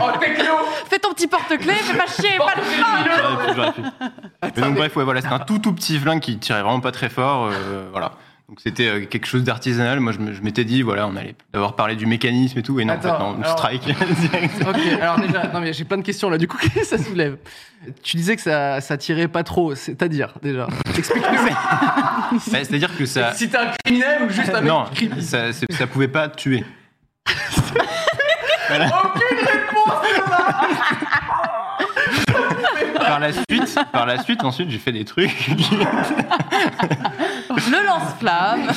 S5: Oh,
S4: en techno
S3: Fais ton petit porte-clés, fais pas chier, pas le flingue.
S6: J'aurais pu, j'aurais pu. Mais donc bref, ouais, voilà, c'était un tout tout petit flingue qui tirait vraiment pas très fort, euh, voilà. Donc c'était euh, quelque chose d'artisanal. Moi, je me- je m'étais dit, voilà, on allait d'abord parler du mécanisme et tout, et non, en fait,
S5: Attends,
S6: non, on
S5: alors-
S6: strike. [laughs] direct.
S5: Ok, alors déjà, non mais j'ai plein de questions là, du coup, [laughs] qu'est-ce que ça soulève Tu disais que ça, ça tirait pas trop, c'est-à-dire, déjà.
S6: [laughs]
S5: Explique-nous.
S6: Bah, C'est-à-dire que ça,
S5: si t'es un criminel ou juste un mec
S6: non,
S5: qui crie-
S6: ça, c'est- ça pouvait pas tuer. Par la suite, par la suite, ensuite, j'ai fait des trucs. [laughs] qui-
S3: Le lance-flamme.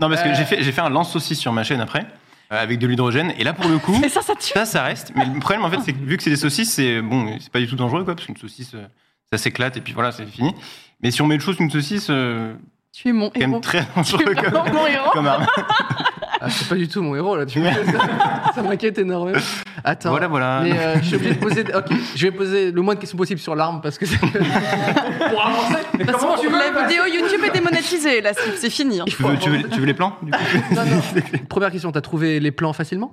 S6: non, parce que j'ai fait, j'ai fait un lance saucisse sur ma chaîne après, euh, avec de l'hydrogène, et là pour le coup.
S3: Et ça, ça tue.
S6: Ça, ça reste. Mais le problème, en fait, c'est que vu que c'est des saucisses, c'est bon, c'est pas du tout dangereux, quoi, parce qu'une saucisse, euh, ça s'éclate et puis voilà, c'est fini. Mais si on met autre chose qu'une saucisse, euh,
S3: Tu es mon
S6: quand même
S3: héros.
S6: très
S3: Tu es
S6: dangereux comme,
S3: vraiment mon héros.
S6: comme arme.
S5: Ah, c'est pas du tout mon héros là, tu vois. ça, ça m'inquiète énormément. Attends.
S6: Voilà, voilà.
S5: Mais euh, je suis obligé de poser. Ok, je vais poser le moins de questions possible sur l'arme parce
S6: [laughs]
S5: que c'est-
S4: pour avancer. Mais
S3: De toute
S4: comment
S3: façon,
S4: tu veux
S3: la
S4: bah,
S3: vidéo YouTube est démonétisée, la slip, c'est fini. hein.
S6: Tu veux, tu veux- tu veux les plans du coup
S5: Non, non. Première question, t'as trouvé les plans facilement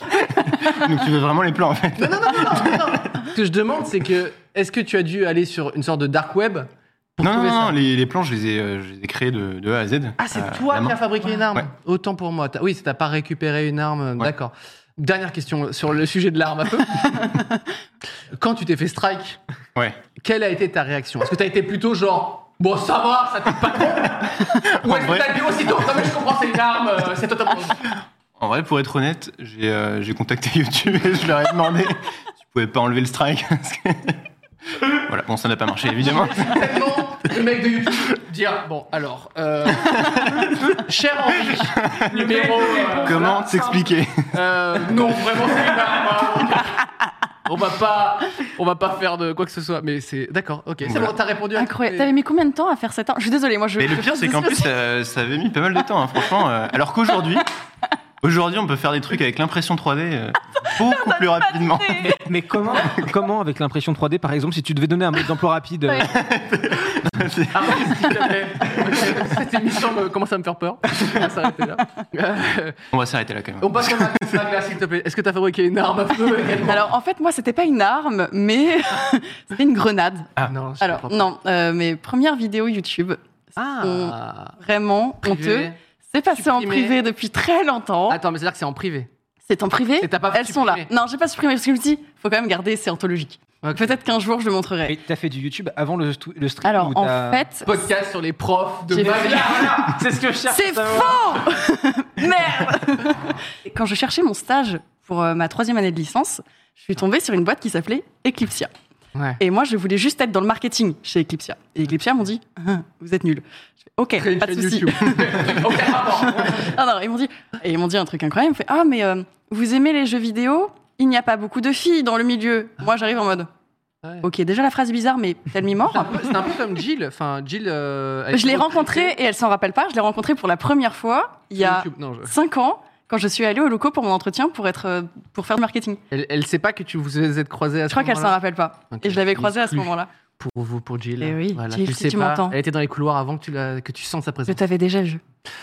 S6: Donc tu veux vraiment les plans en fait
S5: Non, non, non, non, non. Ce que je demande, c'est que est-ce que tu as dû aller sur une sorte de dark web pour
S6: Non, non,
S5: trouver
S6: non,
S5: ça
S6: les, les plans, je les ai, euh, je les ai créés de, de A à Z.
S5: Ah, c'est
S6: Euh,
S5: toi
S6: la
S5: qui
S6: main.
S5: as fabriqué une arme.
S6: Ouais.
S5: Autant pour moi. T'as- Oui, c'est t'as pas récupéré une arme.
S6: Ouais.
S5: D'accord. Dernière question sur le sujet de l'arme
S6: [laughs]
S5: un peu. Quand tu t'es fait strike,
S6: Ouais.
S5: quelle a été ta réaction Est-ce que t'as été plutôt genre bon ça va, ça te
S6: [laughs]
S5: pas trop Ou est-ce que
S6: vrai-
S5: t'as dit aussitôt non mais je comprends c'est une arme, euh, c'est totalement.
S6: En vrai, pour être honnête, j'ai euh, j'ai contacté [laughs] YouTube et je leur ai demandé [laughs] si vous pouvez pas enlever le strike. parce que- [laughs] voilà, bon, ça n'a pas marché évidemment.
S5: Tellement le mec de YouTube dire bon alors
S6: [laughs]
S5: euh, cher Henri numéro euh,
S6: Comment t'expliquer
S5: Euh, non, vraiment, c'est une arme. hein. On va pas, on va pas faire de quoi que ce soit. Mais c'est d'accord, ok. C'est
S6: Voilà.
S5: bon, t'as répondu. à-
S3: Incroyable. T'avais mis combien de temps à faire cette arme Je suis désolée, moi je.
S6: Mais le
S3: je
S6: pire,
S3: pose
S6: c'est
S3: des
S6: qu'en plus,
S3: solutions.
S6: euh, ça avait mis pas mal de temps, hein, franchement. euh, alors qu'aujourd'hui, aujourd'hui, on peut faire des trucs avec l'impression 3D euh, beaucoup plus rapidement.
S4: Mais comment, comment avec l'impression 3D, par exemple, si tu devais donner un mode d'emploi rapide euh,
S3: Ouais.
S5: Ah, s'il te plaît. Ok, Cette émission me- commence à me faire peur. On va s'arrêter là. Euh,
S6: [laughs] On va s'arrêter là quand même. [laughs]
S5: on passe à ma- Magla, s'il te plaît. Est-ce que t'as fabriqué une arme à feu également
S3: Alors en fait, moi c'était pas une arme, mais [laughs] c'était une grenade.
S5: non. je
S3: Alors
S5: comprends pas.
S3: non, euh, mes premières vidéos YouTube sont
S5: Ah.
S3: vraiment honteuses.
S5: Privé.
S3: C'est passé en
S5: Supprimé.
S3: privé depuis très longtemps.
S5: Attends, mais c'est à dire que c'est en privé.
S3: Ah. C'est en privé.
S5: Et t'as pas
S3: Elles sont là.
S5: supprimé.
S3: Non, j'ai pas supprimé parce que je me dis, faut quand même garder, c'est anthologique.
S5: Ok.
S3: Peut-être qu'un jour je le montrerai.
S4: Et euh, t'as fait du YouTube avant le, stu- le stream
S3: Alors
S4: ou
S3: en
S4: t'as-
S3: fait,
S5: Podcast sur les profs de
S3: J'ai
S5: Magla.
S4: c'est ce que je cherche.
S3: C'est faux Merde Quand je cherchais mon stage pour euh, ma troisième année de licence, je suis tombée sur une boîte qui s'appelait Eclipsia.
S5: Ouais.
S3: Et moi, je voulais juste être dans le marketing chez Eclipsia. Et Eclipsia m'ont dit, Ah, vous êtes nuls. Je fais, ok,
S5: Créer une
S3: pas de
S5: chaîne
S3: souci.
S5: YouTube. ah
S3: Aucun rapport. non, non, ils m'ont dit, et ils m'ont dit un truc incroyable. Ils m'ont fait, ah, mais euh, vous aimez les jeux vidéo Il n'y a pas beaucoup de filles dans le milieu. Moi, j'arrive en mode,
S5: Ouais.
S3: ok, déjà la phrase est bizarre, mais tellement
S5: [laughs]
S3: mort.
S5: C'est un peu comme Jill. Enfin, Jill. euh, avec-
S3: Je l'ai rencontrée et elle s'en rappelle pas. Je l'ai rencontrée pour la première fois il y a
S5: YouTube. Non, je-
S3: 5 ans quand je suis allée au locaux pour mon entretien pour être euh, pour faire du marketing.
S5: Elle, elle sait pas que tu vous êtes croisés à
S3: Je
S5: ce
S3: crois qu'elle s'en
S5: moment-là.
S3: rappelle pas.
S5: Ok,
S3: Et je l'avais
S5: je
S3: croisée à ce
S5: l'exclus.
S3: moment-là.
S5: Pour vous, pour Jill.
S3: Eh oui,
S5: Voilà,
S3: Jill,
S5: tu le
S3: si
S5: sais
S3: tu
S5: pas.
S3: m'entends.
S5: Elle était dans les couloirs avant que tu, la... que tu sentes sa présence.
S3: Je t'avais déjà vu.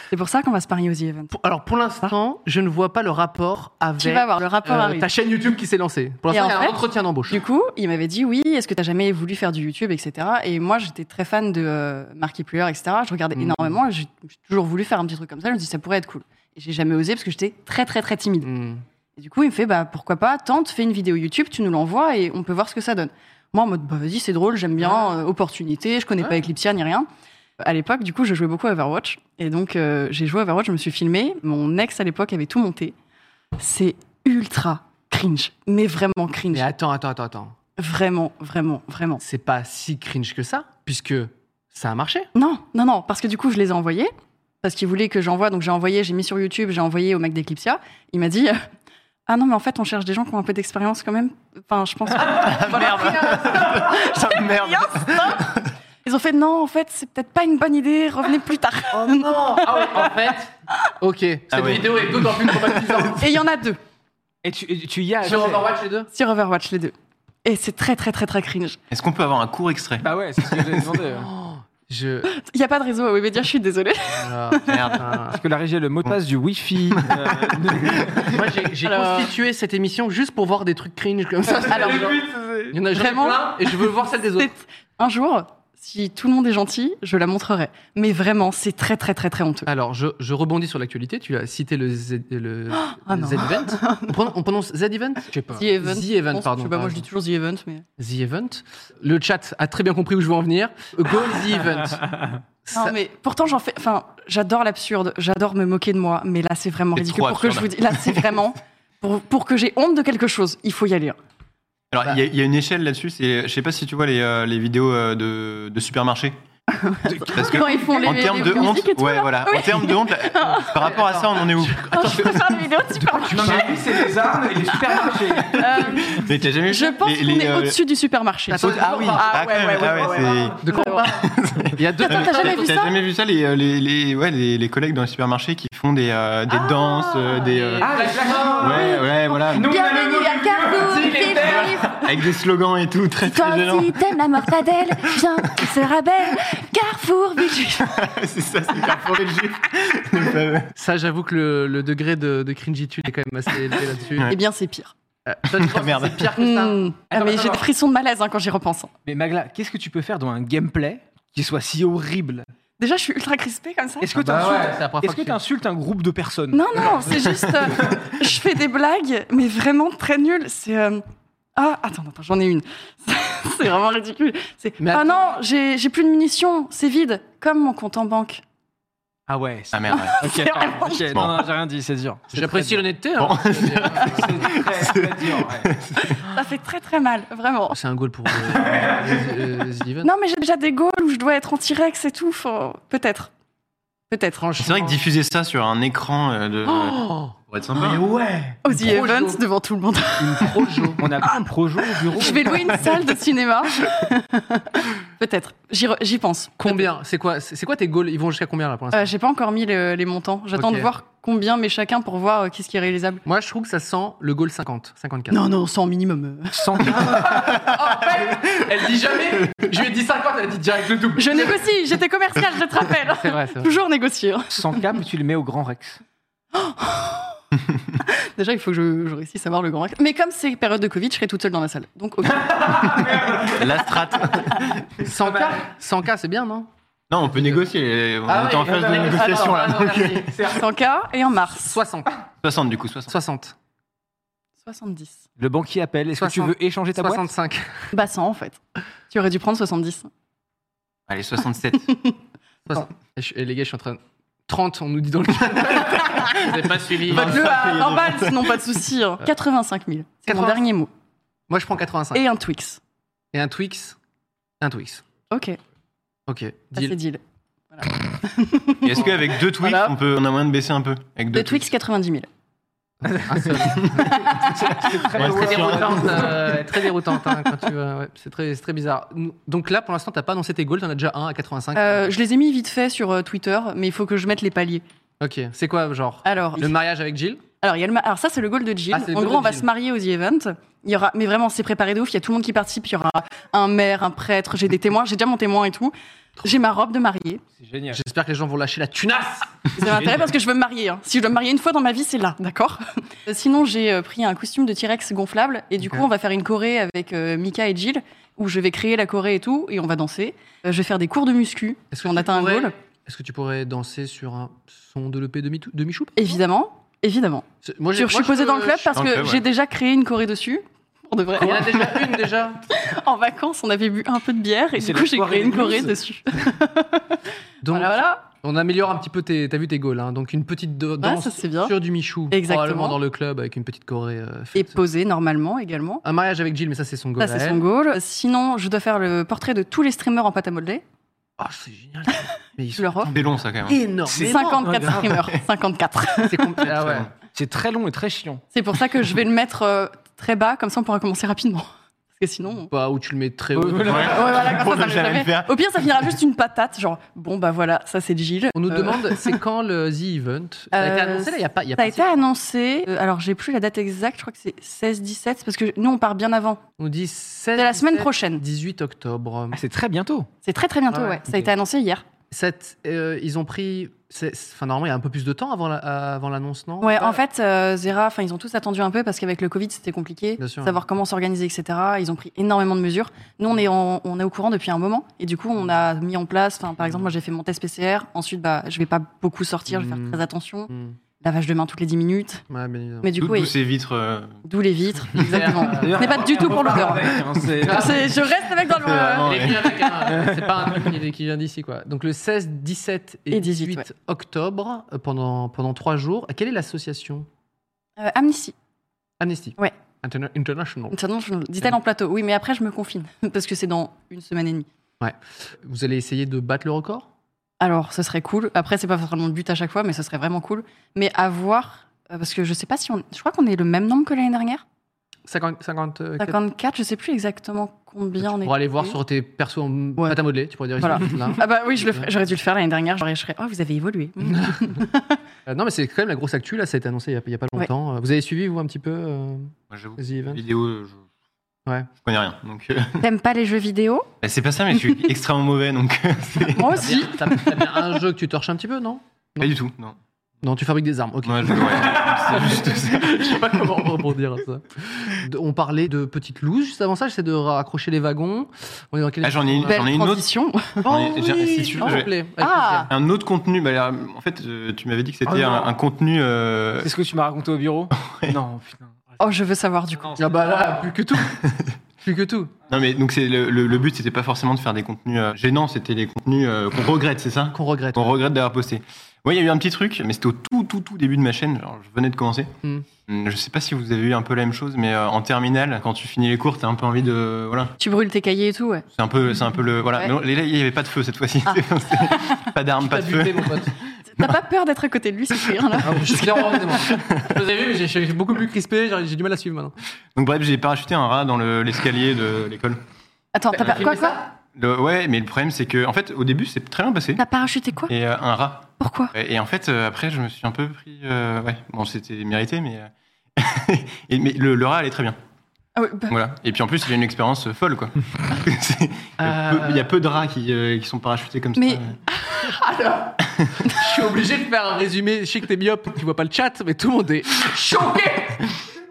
S3: C'est pour ça qu'on va se parier aux events.
S5: Alors pour l'instant, je ne vois pas le rapport avec
S3: Tu vas voir, le rapport
S5: euh,
S3: arrive.
S5: ta chaîne YouTube qui s'est lancée. Pour
S3: Et
S5: l'instant,
S3: en
S5: il y a un
S3: fait,
S5: entretien d'embauche.
S3: Du coup, il m'avait dit oui, est-ce que t'as jamais voulu faire du YouTube, etc. Et moi, j'étais très fan de euh, Markiplier, etc. Je regardais
S5: Mhm.
S3: énormément. et J'ai j'ai toujours voulu faire un petit truc comme ça. Je me dis ça pourrait être cool. Et j'ai jamais osé parce que j'étais très très très timide.
S5: Hmm.
S3: Et du coup, il me fait, bah, pourquoi pas, tente, fais une vidéo YouTube, tu nous l'envoies et on peut voir ce que ça donne. Moi, en mode, bah, vas-y, c'est drôle, j'aime bien, euh, opportunité, je connais pas Eclipsia ni rien. À l'époque, du coup, je jouais beaucoup à Overwatch. Et donc, euh, j'ai joué à Overwatch, je me suis filmée. Mon ex, à l'époque, avait tout monté. C'est ultra cringe. Mais vraiment cringe.
S5: Mais attends, attends, attends, attends.
S3: Vraiment, vraiment, vraiment.
S5: C'est pas si cringe que ça, puisque ça a marché.
S3: Non, non, non, parce que du coup, je les ai envoyés. Parce qu'ils voulaient que j'envoie, donc j'ai envoyé, j'ai mis sur YouTube, j'ai envoyé au mec d'Eclipsia. Il m'a dit [laughs] euh, Ah non, mais en fait, on cherche des gens qui ont un peu d'expérience quand même. Enfin, je pense.
S6: Oh, Ah, merde.
S3: Rien, stop. Ils ont fait non, en fait, c'est peut-être pas une bonne idée, revenez plus tard.
S5: Ah en fait. Ok. Cette
S6: Ah oui.
S5: vidéo est d'autant plus traumatisante.
S3: Et il y en a deux
S4: Et tu, et tu y as.
S5: Sur Overwatch les deux.
S3: [laughs] sur Overwatch, les deux. Et c'est très, très, très, très cringe.
S6: Est-ce qu'on peut avoir un court extrait
S4: Bah ouais, c'est ce que j'avais demandé.
S3: [laughs]
S4: hein.
S5: Je.
S3: Il n'y a pas de réseau à Webedia, je suis désolée.
S5: Alors,
S6: Merde.
S5: putain.
S4: Parce que la régie a le mot de passe
S3: [laughs]
S4: du Wi-Fi. euh,
S5: Moi, j'ai j'ai
S3: Alors-
S5: constitué cette émission juste pour voir des trucs cringe comme ça.
S3: [laughs] Alors,
S5: il y en a
S3: vraiment,
S5: vraiment plein et je veux voir celle des autres.
S3: c'est- un jour, si tout le monde est gentil, je la montrerai. Mais vraiment, c'est très, très, très, très honteux.
S5: Alors, je, je rebondis sur l'actualité. Tu as cité le Z, le,
S3: [gasps] ah non.
S5: event
S3: [laughs]
S5: On prononce, on prononce Z-Event
S4: Je sais pas.
S3: The Event.
S5: The
S3: je
S5: Event,
S3: pense.
S5: pardon.
S3: Je sais pas, moi,
S5: pardon.
S3: je dis toujours The Event, mais.
S5: The Event. Le chat a très bien compris où je veux en venir. Go
S3: [laughs]
S5: The Event.
S3: Non,
S5: Ça-
S3: mais pourtant, j'en fais. Enfin, j'adore l'absurde, j'adore me moquer de moi, mais là, c'est vraiment
S6: C'est
S3: ridicule.
S6: trop
S3: Pour que je vous
S6: absurde.
S3: dise. Là,
S6: [laughs]
S3: c'est vraiment. Pour, pour que j'ai honte de quelque chose, il faut y aller. hein.
S6: Alors, il y, a- il y a une échelle là-dessus. c'est- Je sais pas si tu vois les, euh, les vidéos euh, de,
S3: [laughs]
S6: de supermarché. Parce que
S3: Quand ils font les.
S6: en termes de
S3: les musiques
S6: honte,
S3: et tout,
S6: ouais,
S3: là.
S6: voilà. En termes de
S3: [laughs]
S6: honte, là, par rapport à ça, on en est où
S3: Attends, je peux faire des vidéos de supermarché.
S4: lui, c'est des armes et des supermarchés.
S3: Euh,
S6: [laughs] Mais t'as jamais vu
S3: je
S6: ça
S3: pense
S6: Les-
S3: qu'on
S6: les,
S3: est
S6: euh,
S3: au-dessus du supermarché.
S5: Attends,
S6: Ah oui,
S3: Ah
S6: ah, quand
S3: ouais,
S6: même,
S3: ouais,
S6: ah
S3: ouais,
S6: ouais,
S3: ouais.
S6: c'est-
S5: De quoi on
S3: Vraiment.
S5: parle Il y a deux.
S3: Attends, t'as jamais vu
S6: T'as
S3: ça
S6: jamais vu ça, les, euh, les, les, ouais, les, les collègues dans les supermarchés qui font des, euh, des
S3: Ah.
S6: danses, euh, des. euh,
S4: Ah, la flaque.
S6: ouais, ouais, voilà.
S7: Bienvenue à Carrefour, vive
S6: Avec des slogans et tout, très très
S7: Toi
S6: gênant.
S7: aussi, t'aimes la mortadelle, viens, on sera belle. Carrefour, vive
S6: [laughs] c'est ça, c'est Carrefour et le jus.
S5: Ça, j'avoue que le, le degré de, de cringitude est quand même assez élevé là-dessus.
S3: Eh bien, c'est pire.
S5: Euh, ça, je pense
S6: Ah,
S5: que
S6: merde.
S5: c'est pire que ça.
S3: Mmh. Ah, mais
S4: attends,
S3: j'ai des
S4: attends.
S3: frissons de malaise hein, quand j'y repense. hein.
S4: Mais Magla, qu'est-ce que tu peux faire dans un gameplay qui soit si horrible
S3: Déjà, je suis ultra crispée comme ça.
S4: Est-ce que
S5: Ah
S4: tu
S5: bah ouais,
S4: insultes
S5: c'est la première fois
S4: Est-ce
S5: que
S4: que
S5: tu-
S4: t'insultes un groupe de personnes
S3: Non, non, c'est juste. [laughs] euh, je fais des blagues, mais vraiment très nulles. C'est. euh, Ah, attends, attends, j'en ai une. [laughs] c'est vraiment ridicule. C'est.
S5: Mais
S3: Ah non, j'ai j'ai plus de munitions, c'est vide, comme mon compte en banque.
S4: Ah ouais.
S3: [laughs]
S4: c'est-
S6: Ah merde, ouais.
S4: Ok,
S3: c'est
S4: pardon,
S3: vraiment
S4: ok,
S3: juste.
S4: non, non, j'ai rien dit, c'est dur. C'est
S5: J'apprécie
S4: très dur.
S5: l'honnêteté. hein.
S4: [laughs] C'est très, très dur, ouais.
S3: Ça fait très très mal, vraiment.
S5: C'est un goal pour euh, euh, The Event.
S3: Non, mais j'ai déjà des goals où je dois être en T-Rex et tout. faut- Peut-être. Peut-être.
S5: Franchement.
S6: C'est vrai que diffuser ça sur un écran euh, de.
S5: Oh
S6: pourrait être sympa.
S3: Aux The
S5: Projo.
S3: Events devant tout le monde.
S5: Une projo.
S4: On a pas un projo au bureau
S3: Je vais louer une salle de [laughs] cinéma. Peut-être. J'y re- J'y pense.
S5: Combien C'est quoi C'est c'est quoi tes goals Ils vont jusqu'à combien là pour l'instant
S3: Euh, J'ai pas encore mis le- les montants. J'attends
S5: Ok.
S3: de voir combien mais chacun pour voir euh, qu'est-ce qui est réalisable.
S5: Moi, je trouve que ça sent le goal 50, 54.
S3: Non, non, 100 minimum. euh.
S4: 100
S5: Elle dit jamais. Je lui ai dit 50, elle dit direct le [laughs] double.
S3: Je négocie, j'étais commercial, je te rappelle.
S5: C'est vrai, c'est vrai.
S3: Toujours négocier. hein.
S4: 100 câbles, tu le mets au Grand Rex.
S3: Déjà, il faut que je, je réussisse à voir le grand. Mais comme c'est période de Covid, je serai toute seule dans la salle. Donc, [laughs] ok. Oh.
S6: La strat.
S5: 100K, 100K, c'est bien, non
S6: Non, on peut négocier. On
S5: Ah
S6: est en phase de négociation là. donc, euh,
S3: 100K et en mars.
S5: 60.
S6: 60 du coup, 60.
S5: 60.
S3: 70.
S4: Le banquier appelle. Est-ce que tu
S5: 60,
S4: veux échanger ta boîte
S5: 65.
S3: Bah, 100 en fait. Tu aurais dû prendre 70.
S6: Allez, 67.
S5: Et, je- et les gars, je suis en train. de- 30, on nous dit dans
S6: [laughs]
S5: le chat. Vous avez pas suivi.
S3: Vote-le à 20 balles, sinon pas de souci. hein. 85 000. hein. C'est mon
S5: 80.
S3: dernier mot.
S5: Moi, je prends 85.
S3: Et un Twix.
S5: Et un Twix Un Twix.
S3: Ok, ça,
S5: Ok,
S3: c'est
S5: deal.
S3: deal.
S6: Et Est-ce qu'avec deux Twix,
S3: Voilà.
S6: on, peut, on a moyen de baisser un peu Avec deux
S3: Le Twix 90 000.
S5: Un seul.
S6: Ouais,
S5: Très
S6: c'est sûr.
S3: [laughs]
S5: déroutante, euh, très déroutante hein, quand tu vas- ouais, c'est très, c'est très bizarre. Donc là, pour l'instant, t'as pas annoncé tes goals, t'en as déjà un à 85.
S3: Euh, je les ai mis vite fait sur euh, Twitter, mais il faut que je mette les paliers.
S5: ok, c'est quoi, genre
S3: Alors,
S5: Le mariage avec Jill
S3: alors, il y a le ma- alors ça, c'est le goal de Jill.
S5: Ah, c'est le
S3: en
S5: goal
S3: gros,
S5: de
S3: on va
S5: Jill.
S3: se marier aux The Event. Il y aura, mais vraiment, c'est préparé de ouf. Il y a tout le monde qui participe. Il y aura un maire, un prêtre. J'ai des témoins. J'ai déjà mon témoin et tout. J'ai ma robe de mariée.
S4: C'est génial.
S5: J'espère que les gens vont lâcher la tunasse
S3: Ça
S5: [laughs]
S3: m'intéresse parce que je veux me marier. hein. Si je dois me marier une fois dans ma vie, c'est là, d'accord Sinon, j'ai euh, pris un costume de T-Rex gonflable et du
S5: Ok.
S3: coup, on va faire une choré avec euh, Mika et Jill où je vais créer la choré et tout et on va danser. Euh, je vais faire des cours de muscu.
S5: Est-ce
S3: On
S5: tu
S3: atteint un
S5: pourrais-
S3: goal.
S5: Est-ce que tu pourrais danser sur un son de l'EP de, Mitou- de Michou
S3: Évidemment, évidemment.
S5: C'est- moi, j'ai-
S3: Je suis
S5: moi,
S3: posée
S5: peux-
S3: dans le club
S5: je-
S3: parce
S6: dans
S3: que
S6: le club, ouais.
S3: j'ai déjà créé une choré dessus. Pour de vrai.
S5: Il y en a déjà une
S3: [laughs]
S5: déjà.
S3: En vacances, on avait bu un peu de bière et
S4: C'est
S3: du
S4: la
S3: coup, j'ai
S4: soirée
S3: créé une
S4: des
S3: choré
S4: blues.
S3: dessus.
S5: Donc
S3: Voilà, voilà.
S5: on améliore un petit peu tes t'as vu tes goals hein. Donc une petite do-
S3: Ah,
S5: danse
S3: ça, c'est bien.
S5: sur du Michou
S3: Exactement.
S5: probablement dans le club avec une petite choré euh,
S3: Et
S5: faite.
S3: posé normalement également.
S5: Un mariage avec Jill mais ça c'est son
S3: Ça,
S5: goal. à
S3: c'est
S5: elle.
S3: son goal. Sinon, je dois faire le portrait de tous les streamers en pâte à modeler.
S5: Ah, c'est génial.
S3: [laughs]
S5: Mais ils
S3: Je leur offre.
S6: C'est long, ça, quand même.
S5: énorme.
S4: C'est- Mais non,
S3: 54
S4: regarde.
S3: streamers. 54.
S5: C'est compl- ah ouais.
S4: C'est très long et très chiant.
S3: C'est pour ça que je vais le mettre euh, très bas, comme ça on pourra commencer rapidement. Parce que sinon.
S5: Pas où Bah, tu le mets très haut.
S4: Ouais, voilà.
S3: on- Ouais, voilà, comme
S6: Pour
S3: ça, ça
S6: ne
S3: le
S6: jamais
S3: fait.
S6: le faire.
S3: Au pire, ça finira juste une patate, genre bon bah voilà, ça c'est Gilles.
S5: On nous
S3: Euh,
S5: demande c'est quand le The Event. Ça a été
S3: Euh,
S5: annoncé là il y a pas il y a
S3: Ça a
S5: pas-
S3: été annoncé, euh, alors j'ai plus la date exacte, je crois que c'est 16-17, parce que nous on part bien avant.
S5: On dit 16
S3: C'est la semaine
S5: 17,
S3: prochaine.
S5: 18 octobre.
S4: Ah, [laughs] c'est très bientôt.
S3: C'est très très bientôt,
S5: Ah ouais,
S3: ouais. Ça
S5: ok.
S3: a été annoncé hier.
S5: Cette, euh, ils ont pris. c'est- Enfin, normalement, il y a un peu plus de temps avant la- avant l'annonce, non
S3: Ouais, en fait, euh, Zera, enfin, ils ont tous attendu un peu parce qu'avec le Covid, c'était compliqué.
S5: Bien sûr.
S3: Savoir comment s'organiser, etc. Ils ont pris énormément de mesures. Nous, on est, en- on est au courant depuis un moment. Et du coup, on a mis en place, enfin, par exemple, moi, j'ai fait mon test PCR. Ensuite, bah, je vais pas beaucoup sortir, je vais
S5: Mm.
S3: faire très attention.
S5: Hmm.
S3: Lavage de main toutes les 10 minutes.
S5: Ouais, bien évidemment.
S3: Mais du
S6: D'où
S3: coup,
S6: d'où
S3: et-
S6: ces vitres euh,
S3: d'où les
S5: [laughs]
S3: vitres. Exactement. Ce n'est pas du tout pour l'odeur.
S4: [laughs]
S3: C'est- Je reste avec dans le.
S6: vraiment,
S5: Les
S6: ouais.
S5: filles avec un- C'est pas un truc qui- qui vient d'ici, quoi. Donc le 16, 17 et,
S3: Et
S5: 18,
S3: 18,
S5: octobre, euh, pendant, pendant trois jours, quelle est l'association
S3: Euh, Amnesty.
S5: Amnesty
S3: Ouais.
S5: Interna- International.
S3: Pardon, je- Dit-elle en plateau. Oui, mais après, je me confine. [laughs] Parce que c'est dans une semaine et demie.
S5: Vous allez essayer de battre le record
S3: Alors, ce serait cool. Après, c'est pas forcément le but à chaque fois, mais ce serait vraiment cool. Mais à voir, euh, parce que je sais pas si on. Je crois qu'on est le même nombre que l'année dernière.
S5: 50, 50, euh,
S3: 54, je sais plus exactement combien on
S5: tu
S3: est.
S5: pourras aller voir sur tes persos en
S3: Ouais.
S5: pâte à modeler, tu pourras dire
S3: Voilà. [laughs]
S5: là.
S3: Ah bah oui, je le ferais- j'aurais dû le faire l'année dernière. J'aurais, je serais, oh, vous avez
S6: [laughs]
S3: évolué. Mm.
S5: Euh, non, mais c'est quand même la grosse actu, là, ça a été annoncé il y a, il y a pas
S3: Ouais.
S5: longtemps. Euh, Vous avez suivi, vous, un petit peu euh,
S6: Moi, j'avoue,
S5: The Event
S6: vidéo, je...
S5: Ouais.
S6: je connais rien. Donc, euh, [laughs]
S3: T'aimes pas les jeux vidéo
S6: bah, c'est pas ça, mais je suis extrêmement mauvais, donc euh, [laughs] c'est-
S3: Moi aussi.
S5: T'as t'as bien un jeu que tu torches un petit peu, non
S6: pas du tout. Non.
S5: Non, tu fabriques des armes, ok.
S6: Moi, je- ouais, c'est juste ça.
S5: [laughs] Je sais pas comment rebondir à ça. De- On parlait de petites louses juste avant ça, j'essaie de raccrocher les wagons. On est dans quel
S6: Ah, j'en ai une-
S3: Belle
S6: j'en ai une autre.
S3: transition.
S5: Oh
S6: J'en ai- j'ai-
S5: oui,
S6: si tu veux,
S5: s'il
S6: je-
S5: te plaît. Avec
S3: Ah.
S6: Un autre contenu, bah, là, en fait, euh, tu m'avais dit que c'était
S4: Oh, non.
S6: un, un contenu. euh,
S4: C'est ce que tu m'as raconté au [laughs] bureau Non, putain.
S3: Oh, je veux savoir du coup.
S5: plaisir. Ah bah là, plus
S6: [laughs]
S5: que tout. plus que tout.
S6: Non, mais donc c'est le, le- le but, c'était pas forcément de faire des contenus euh, gênants, c'était les contenus euh, qu'on regrette, c'est ça
S5: Qu'on regrette.
S6: Qu'on regrette d'avoir posté. Oui, il y a eu un petit truc, mais c'était au tout, tout, tout début de ma chaîne. Genre, je venais de commencer.
S5: Hmm.
S6: Hmm, Je sais pas si vous avez eu un peu la même chose, mais euh, en terminale, quand tu finis les cours, t'as un peu envie de. Voilà.
S3: Tu brûles tes cahiers et tout,
S6: [laughs]
S3: ouais.
S6: C'est un peu, c'est un peu le. Voilà.
S3: Ouais.
S6: Mais non, les- là, il n'y avait pas de feu cette fois-ci. [laughs] pas d'armes, pas
S5: Ah. T'as
S6: de feu.
S5: buté, mon pote.
S3: T'as pas peur d'être à côté de lui, c'est rire
S6: [laughs]
S3: là
S5: Ah, je suis clairement vraiment témoin. Je vous ai vu, mais j'ai- j'ai beaucoup plus crispé, j'ai j'ai du mal à suivre maintenant.
S6: Donc bref, j'ai parachuté un rat dans le- l'escalier de l'école.
S3: Attends,
S6: Bah,
S3: t'as pas... quoi, quoi
S6: Le- ouais, mais le problème, c'est que, en fait, au début, c'est très bien
S5: Ah.
S6: passé.
S3: T'as parachuté quoi
S6: Et euh, un rat.
S3: Pourquoi
S6: Et et en fait, euh, après, je me suis un peu pris. euh, ouais, bon, c'était mérité, mais. euh, [laughs] et- mais le, le rat allait très bien.
S3: Ah ouais, bah,
S6: Voilà. Et puis en plus, il a une expérience euh, folle, quoi. [laughs] C'est- il, y a peu, il y a peu de rats qui, euh, qui sont parachutés comme
S3: Mais-
S6: ça.
S5: Je suis obligé de faire un résumé. Je sais que t'es myope, tu vois pas le chat, mais tout le monde est choqué.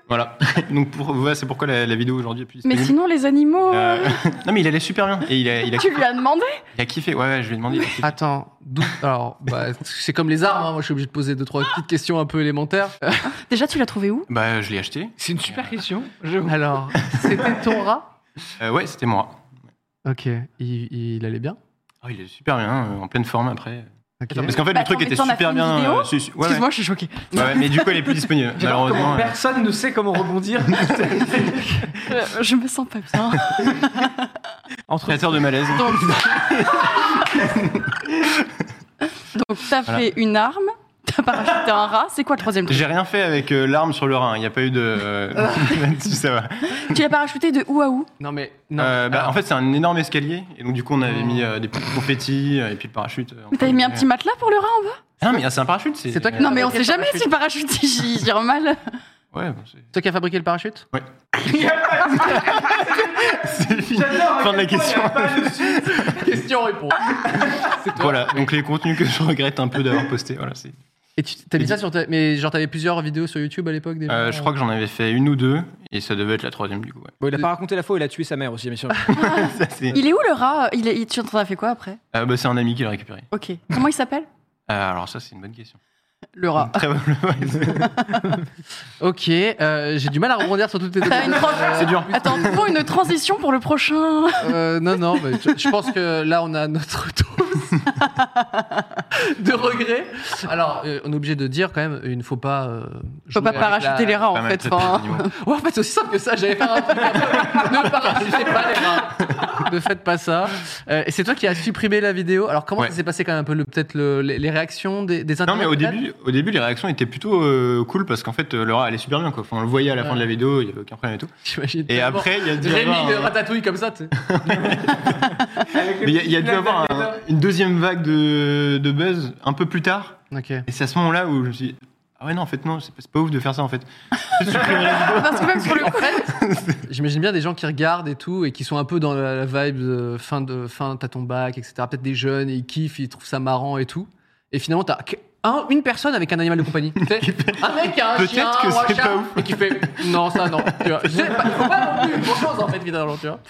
S6: Voilà. [laughs] Donc pour, voilà, c'est pourquoi la, la vidéo aujourd'hui est plus
S3: Mais
S6: disponible.
S3: sinon, les animaux.
S6: Euh,
S3: euh,
S6: [laughs] non, mais il allait super bien. Et il a, il
S3: [laughs]
S6: a,
S3: Tu lui as demandé
S6: il a kiffé. Ouais, ouais, je lui ai demandé. il a kiffé.
S5: Attends, d'où Alors, bah, c'est comme les armes, hein. moi je suis obligé de poser deux, trois petites questions un peu élémentaires. Euh,
S3: Déjà, tu l'as trouvé où
S6: Bah, je l'ai acheté.
S4: C'est une super question. Je...
S5: Alors, c'était ton rat
S6: Euh, ouais, c'était mon rat.
S5: Ok, il, il allait bien
S6: Oh, il est super bien, hein, en pleine forme après.
S5: Ok.
S6: Parce qu'en fait,
S3: Bah,
S6: le truc
S3: attends, mais
S6: était
S3: t'en as fait
S6: super
S3: une
S6: bien. euh,
S3: vidéo
S6: su- su- ouais, ouais.
S3: Excuse-moi, je suis choquée.
S6: Ouais, ouais, mais du coup, elle est plus disponible.
S3: [laughs]
S4: J'adore comment
S6: Malheureusement. euh,
S4: [laughs] personne ne sait comment rebondir.
S3: Euh, Je me sens pas bien.
S4: Entre
S6: Créateur de malaise.
S3: Donc, Donc t'as fait une arme, t'as parachuté un rat. C'est quoi le troisième truc
S6: J'ai rien fait avec euh, l'arme sur le rein. Il n'y a pas eu de. euh, [laughs] là-dessus, ça va.
S3: Tu l'as parachuté de où à où
S5: Non, mais. Non.
S6: Euh, bah,
S5: Alors,
S6: en fait, c'est un énorme escalier. Et donc, du coup, on avait mis euh, des petits confettis euh, et puis le parachute. euh,
S3: Mais t'avais mis un petit matelas pour le rat en bas
S6: Ah, mais c'est un parachute.
S5: C'est toi qui-
S3: Non, mais on sait jamais si le parachute, [laughs] j'ai j'ai mal.
S6: Ouais, bon, c'est.
S5: [laughs] toi qui as fabriqué le parachute
S6: C'est fini. Fin de la question. [laughs]
S5: Question-réponse.
S6: Voilà, donc les contenus que je regrette un peu d'avoir posté. Voilà, c'est-
S5: Et tu t'as mis ça sur ta. Mais genre, t'avais plusieurs vidéos sur YouTube à l'époque déjà
S6: Euh, je crois que j'en avais fait une ou deux et ça devait être la troisième du coup. ouais.
S4: Bon, il a pas raconté la fois où il a tué sa mère aussi, bien [laughs] sûr.
S6: Ça, c'est
S3: Il est où le rat il est, il- Tu en as fait quoi après
S6: Ah, bah, c'est un ami qui l'a récupéré.
S3: Ok. Comment il s'appelle
S6: Euh, alors, ça, c'est une
S3: [laughs]
S6: bonne question.
S3: Le rat.
S6: Très bonne- [laughs]
S5: Ok, euh, j'ai du mal à rebondir sur toutes tes
S3: T'as une
S5: deux-
S3: transition.
S6: C'est dur.
S3: [laughs] Attends, faut une transition pour le prochain.
S5: Euh, non, non, mais je, je pense que là, on a notre [laughs] dose de regrets. Alors, euh, on est obligé de dire quand même, il ne faut pas. euh,
S3: Faut
S5: jouer
S3: pas
S5: avec
S3: parachuter
S5: la-
S3: les rats
S6: Pas
S3: en
S6: mal,
S3: fait.
S6: très, très
S3: enfin.
S6: mignon.
S5: Ouais, en fait, c'est aussi simple que ça. J'allais faire un truc. [laughs] ne parachutez pas les rats. Ne faites pas ça. Euh, et c'est toi qui as supprimé la vidéo. Alors, comment
S6: Ouais.
S5: ça s'est passé quand même un peu le- Peut-être le- les, les réactions des, des
S6: Non, mais au
S5: internautes,
S6: début, au début, les réactions étaient plutôt euh, cool parce qu'en fait, euh, Laura allait super bien. Quoi. Enfin, on le voyait à la fin
S5: Ouais.
S6: de la vidéo, il n'y avait aucun problème et tout.
S5: peut-être J'imagine.
S6: Et
S5: tellement.
S6: après, il y a dû
S5: Rémi
S6: avoir,
S5: de
S6: euh,
S5: ratatouille comme ça, tu sais.
S6: mais il y a- il y a dû avoir un- une deuxième vague de, de buzz un peu plus tard.
S5: Ok.
S6: Et c'est à ce moment-là où je me suis dit, ah ouais, non, en fait, non, c'est pas, c'est pas ouf de faire ça en fait.
S3: Parce que [laughs] même sur le coup,
S5: [laughs] J'imagine bien des gens qui regardent et tout et qui sont un peu dans la, la vibe de fin de fin t'as ton bac etc. Peut-être des jeunes et ils kiffent, ils trouvent ça marrant et tout. Et finalement t'as que- un- une personne avec un animal de [laughs] compagnie. Tu sais, un mec qui a un
S6: Peut-être
S5: chien
S6: que
S5: ou un
S6: c'est
S5: chat
S6: pas ouf.
S5: et qui fait non ça non. Tu vois, C'est pas- faut pas non plus une bonne chose en fait finalement tu vois.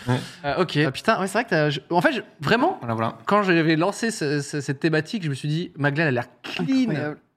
S5: Euh, ok. Ah, putain ouais c'est vrai que t'as- je- en fait je- vraiment
S6: Voilà, voilà.
S5: quand j'avais lancé ce- ce- cette thématique je me suis dit Magla elle a l'air clean.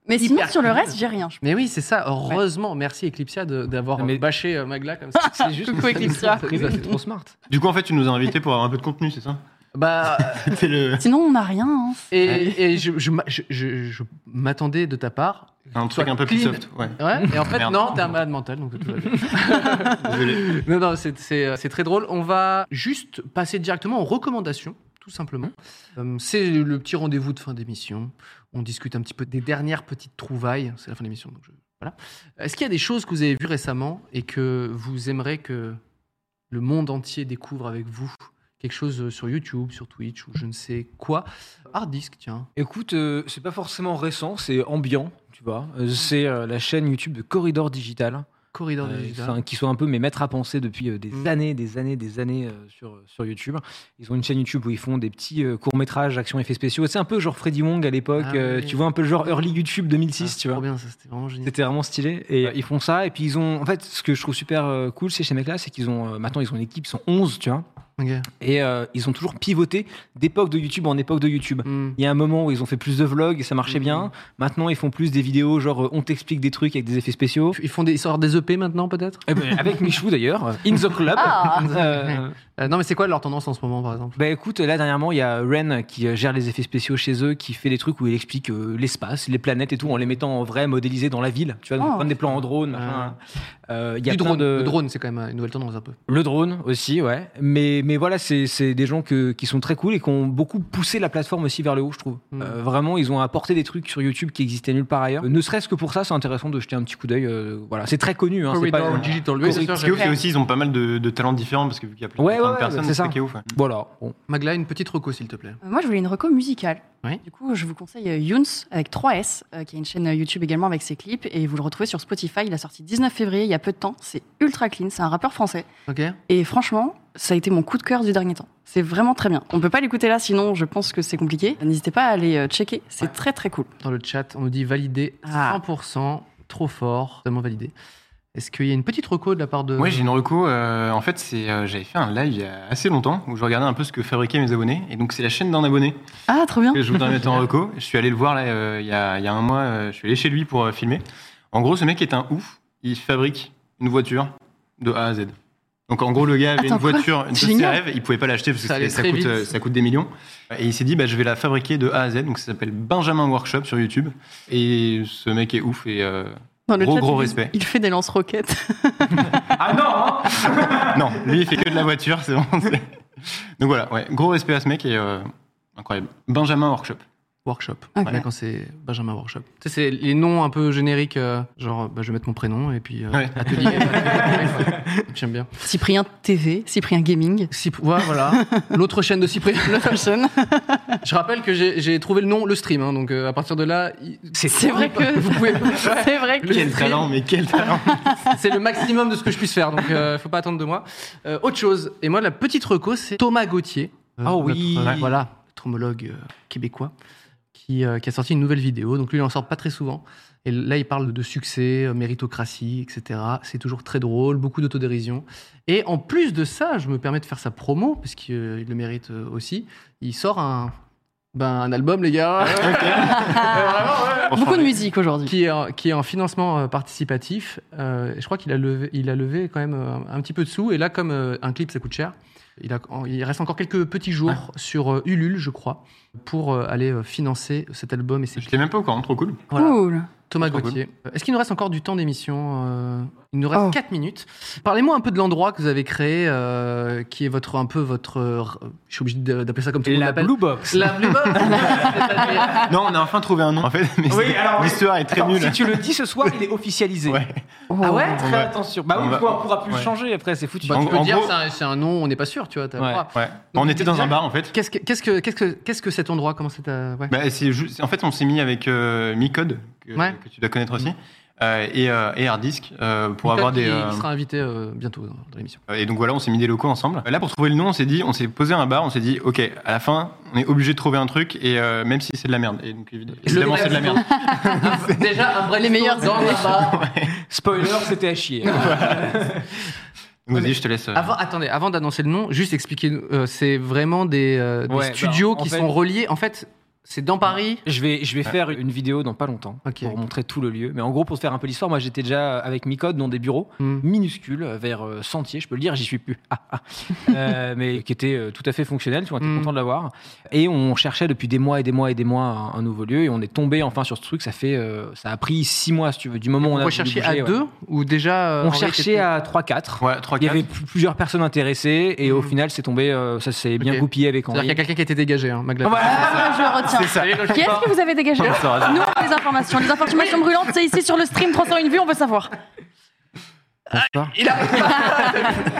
S3: Mais sinon
S5: Hyper
S3: sur le
S5: clean.
S3: reste, j'ai rien. je-
S5: Mais oui, c'est ça. Heureusement, merci Eclipsia de- d'avoir
S4: Non, mais-
S5: bâché euh, Magla comme ça. [laughs] C'est juste
S3: Coucou, Eclipsia.
S5: [laughs]
S4: C'est trop smart.
S6: Du coup, en fait, tu nous as invités pour avoir un peu de contenu, c'est ça
S5: Bah,
S6: C'est le.
S3: Sinon on n'a rien. hein.
S5: et, et je, je m'a- je- je- je m'attendais de ta part.
S6: [laughs] Un truc
S5: Soit
S6: un peu plus
S5: clean.
S6: soft. Ouais,
S5: Ouais, et en fait,
S6: Merde.
S5: non, t'es un malade mental, donc tout va bien.
S6: désolé.
S5: Non, non, c'est- c'est euh, c'est très drôle. On va juste passer directement aux recommandations, tout simplement. Euh, C'est le petit rendez-vous de fin d'émission. On discute un petit peu des dernières petites trouvailles. C'est la fin de l'émission, donc je- voilà. Est-ce qu'il y a des choses que vous avez vues récemment et que vous aimeriez que le monde entier découvre avec vous Quelque chose euh, sur YouTube, sur Twitch ou je ne sais quoi. Hard disk, tiens.
S4: Écoute, euh, c'est pas forcément récent, c'est ambiant, tu vois. Euh, c'est euh, la chaîne YouTube de Corridor Digital,
S5: Corridor
S4: euh,
S5: digital.
S4: enfin, qui sont un peu mes maîtres à penser depuis euh, des
S5: Mm.
S4: années, des années, des années euh, sur, sur YouTube. Ils ont une chaîne YouTube où ils font des petits euh, courts-métrages, actions, effets spéciaux. C'est un peu genre Freddy Wong à l'époque,
S5: Ah
S4: euh,
S5: oui.
S4: tu vois, un peu le genre Early YouTube 2006,
S5: Ah,
S4: tu vois.
S5: Trop bien, ça c'était vraiment génial.
S4: C'était vraiment stylé. Et euh, ils font ça. Et puis ils ont. En fait, ce que je trouve super euh, cool chez ces mecs-là, c'est qu'ils ont. euh, maintenant, ils ont une équipe, ils sont 11, tu vois.
S5: Ok.
S4: Et euh, ils ont toujours pivoté d'époque de YouTube en époque de YouTube.
S5: Hmm.
S4: Il y a un moment où ils ont fait plus de vlogs et ça marchait
S5: Mhm.
S4: bien. Maintenant, ils font plus des vidéos genre euh, on t'explique des trucs avec des effets spéciaux.
S5: Ils font des, ils sortent des EP maintenant peut-être
S4: Eh ben, avec Michou d'ailleurs, euh, In the Club.
S3: Ah.
S4: Euh,
S5: Euh, Non mais c'est quoi leur tendance en ce moment par exemple
S4: bah écoute, là dernièrement, il y a Ren qui euh, gère les effets spéciaux chez eux, qui fait des trucs où il explique euh, l'espace, les planètes et tout, en les mettant en vrai modélisés dans la ville. Tu vois, donc
S3: Oh.
S4: prendre des plans en drone, machin. Euh, il y a
S5: Ah. du
S4: plein
S5: drone.
S4: de-
S5: Le drone, c'est quand même une nouvelle tendance un peu.
S4: Le drone aussi, ouais. Mais, mais voilà, c'est c'est des gens que- qui sont très cool et qui ont beaucoup poussé la plateforme aussi vers le haut, je trouve.
S5: Mm.
S4: Euh, vraiment, ils ont apporté des trucs sur YouTube qui existaient nulle part ailleurs. Euh, ne serait-ce que pour ça, c'est intéressant de jeter un petit coup d'œil. euh, voilà, c'est très connu. Hein, c'est pas-
S5: digital.
S4: oui,
S6: Ce
S4: c'est
S6: qui est ouf, c'est aussi, ils ont pas mal de, de talents différents parce que vu qu'il y a plein,
S4: Ouais,
S6: plein
S4: ouais,
S6: de
S4: ouais,
S6: personnes,
S4: c'est
S6: c'est
S4: ça.
S6: ça qui est ouf. ouais.
S4: Voilà. Bon.
S5: Magla, une petite reco, s'il te plaît.
S3: Euh, Moi je voulais une reco musicale.
S5: Oui.
S3: Du coup je vous conseille euh, Younes avec 3S, euh, qui a une chaîne euh, YouTube également avec ses clips et vous le retrouvez sur Spotify. Il a sorti 19 février il y a peu de temps. C'est ultra clean. C'est un rappeur français.
S5: Ok.
S3: Et franchement, ça a été mon coup de cœur du dernier temps. C'est vraiment très bien. On peut pas l'écouter là, sinon je pense que c'est compliqué. N'hésitez pas à aller euh, checker. C'est très très cool.
S5: Dans le chat, on nous dit validé
S3: Ah.
S5: 100%, trop fort, totalement validé. Est-ce qu'il y a une petite reco de la part de.
S6: Ouais, j'ai une reco. euh, en fait, c'est euh, j'avais fait un live il y a assez longtemps où je regardais un peu ce que fabriquaient mes abonnés. Et donc, c'est la chaîne d'un abonné
S3: Ah, trop bien.
S6: que je voudrais
S5: [laughs]
S6: mettre en reco. Je suis allé le voir là, euh, il y, a, il y a un mois. euh, je suis allé chez lui pour euh, filmer. En gros, ce mec est un ouf. Il fabrique une voiture de A à Z. Donc, en gros, le gars avait
S3: Attends,
S6: une
S3: quoi
S6: voiture de ses
S3: Génial.
S6: rêves. Il pouvait pas l'acheter parce que
S5: Ça allait
S6: c'est- ça,
S5: très
S6: coûte,
S5: vite.
S6: euh, ça coûte des millions. Et il s'est dit, bah, je vais la fabriquer de A à Z. Donc, ça s'appelle Benjamin Workshop sur YouTube. Et ce mec est ouf. Et euh,
S3: Dans
S6: Gros, gros
S3: il-
S6: respect.
S3: Il fait des lance-roquettes. [laughs]
S4: Ah hein.
S6: [laughs] non, lui, il fait que de la voiture. C'est bon. c'est- Donc voilà, ouais, gros respect à ce mec et euh, incroyable. Benjamin Workshop.
S5: Workshop.
S3: Ok.
S5: Ouais, quand c'est Benjamin Workshop. Tu sais, c'est les noms un peu génériques, euh, genre bah, je vais mettre mon prénom et puis euh,
S6: Ouais.
S5: atelier. [laughs] Ouais, J'aime bien.
S3: Cyprien TV, Cyprien Gaming.
S5: Cyp- ouais, voilà. L'autre chaîne de Cyprien. [laughs]
S6: [laughs]
S3: Personne.
S5: Je rappelle que j'ai j'ai trouvé le nom, le stream. hein, donc euh, à partir de là, il-
S3: C'est vrai que.
S5: [laughs]
S3: [laughs]
S5: vous pouvez.
S3: C'est vrai que.
S5: Le
S6: Quel
S5: stream,
S6: talent, mais [laughs] quel talent
S5: C'est le maximum de ce que je puisse faire, donc euh, faut pas attendre de moi. Euh, autre chose, et moi la petite reco, c'est Thomas Gauthier.
S4: Ah oui.
S5: notre, Voilà, notre homologue euh, québécois, qui, euh, qui a sorti une nouvelle vidéo. Donc lui, il en sort pas très souvent. Et là, il parle de succès, euh, méritocratie, etc. C'est toujours très drôle, beaucoup d'autodérision. Et en plus de ça, je me permets de faire sa promo, parce qu'il euh, il le mérite euh, aussi. Il sort un, ben, un album, les gars.
S3: Beaucoup de musique aujourd'hui.
S5: Qui est, en- qui est en financement euh, participatif. Euh, je crois qu'il a levé, il a levé quand même euh, un, petit peu de sous. Et là, comme euh, un clip, ça coûte cher, il, a- en- il reste encore quelques petits jours sur euh, Ulule, je crois, pour euh, aller euh, financer cet album et ses
S6: Je l'ai même pas au courant, trop cool.
S5: Voilà.
S3: Cool.
S5: Thomas
S6: Trop
S5: Gauthier. Euh, Est-ce qu'il nous reste encore du temps d'émission Euh, Il nous reste
S3: Oh.
S5: 4 minutes. Parlez-moi un peu de l'endroit que vous avez créé, euh, qui est votre un peu votre. euh, je suis obligé de- d'appeler ça comme tout le monde
S4: La
S5: l'appelle.
S4: Blue Box.
S5: La Blue Box. C'est-à-dire-
S6: Non, on a enfin trouvé un nom en fait, mais
S4: Oui,
S6: c'est-
S4: alors, oui.
S6: l'histoire est très
S4: Attends,
S6: nulle.
S4: Si tu le dis ce soir, il est officialisé.
S6: Ouais.
S4: Ah ouais
S6: On
S4: Très
S6: va-
S4: attention. Bah
S6: on
S4: oui,
S6: va-
S4: on pourra plus le
S6: ouais.
S4: changer après, c'est foutu.
S5: Bah,
S6: En-
S5: tu peux
S6: en
S5: dire,
S6: gros-
S5: c'est un- c'est un, nom, on n'est pas sûr, tu vois. t'as le
S4: Ouais.
S5: droit.
S6: Ouais. On était dans un bar en fait.
S5: Qu'est-ce que, qu'est-ce que, qu'est-ce que, qu'est-ce que cet endroit Comment c'est euh, ouais.
S6: Bah, c'est juste- en fait, on s'est mis avec euh, Micode, que,
S5: Ouais.
S6: que tu dois connaître
S4: Mm.
S6: aussi, euh, et, euh, et Hardisk, euh, pour
S5: Nicolas
S6: avoir des.
S5: qui,
S6: euh,
S5: qui sera invité euh, bientôt dans, dans l'émission.
S6: Et donc voilà, on s'est mis des locaux ensemble. Euh, Là, pour trouver le nom, on s'est dit, on s'est posé un bar, on s'est dit, ok, à la fin, on est obligé de trouver un truc, et euh, même si c'est de la merde. Et donc, évi- évidemment, c'est de la merde.
S5: [laughs] Déjà, un
S3: Les meilleurs
S5: dans le bar.
S4: Spoiler, c'était à chier.
S6: Donc vas-y, je te laisse. euh,
S5: [laughs] Avant, attendez, avant d'annoncer le nom, juste expliquez. c'est vraiment des, euh, des
S4: Ouais, bah,
S5: studios
S4: en
S5: qui
S4: fait-
S5: sont reliés. En fait, c'est dans Paris.
S4: Je vais, je vais faire une vidéo dans pas longtemps
S5: Ok.
S4: pour montrer tout le lieu. Mais en gros, pour te faire un peu l'histoire, moi j'étais déjà avec Micode dans des bureaux
S5: Hmm.
S4: minuscules euh, vers euh, Sentier, je peux le dire, j'y suis plus. [laughs] Ah, ah. Euh, mais qui était euh, tout à fait fonctionnel, tu vois, on était
S5: Hmm.
S4: content de l'avoir. Et on cherchait depuis des mois et des mois et des mois un, un nouveau lieu et on est tombé enfin sur ce truc. Ça fait, euh, ça a pris six mois si tu veux, du moment où on a
S5: On
S4: voulu
S5: cherchait à
S4: bouger, ouais.
S5: deux ou déjà. euh,
S4: On
S5: Henri était
S4: cherchait
S5: plus-
S4: à 3-4.
S6: Ouais, 3
S4: Il y avait pl- plusieurs personnes intéressées et au
S6: Mhm.
S5: Hmm.
S4: final, c'est tombé, euh, ça s'est bien
S5: Ok.
S4: goupillé avec
S5: C'est-à-dire
S4: Henri.
S5: qu'il y a quelqu'un qui a été dégagé, hein, Magla.
S3: Ah, je le retiens.
S6: ça.
S3: Qui est-ce que vous avez dégagé Nous, on a les informations. Les informations brûlantes, c'est ici sur le stream 301 vues, on veut savoir. [laughs]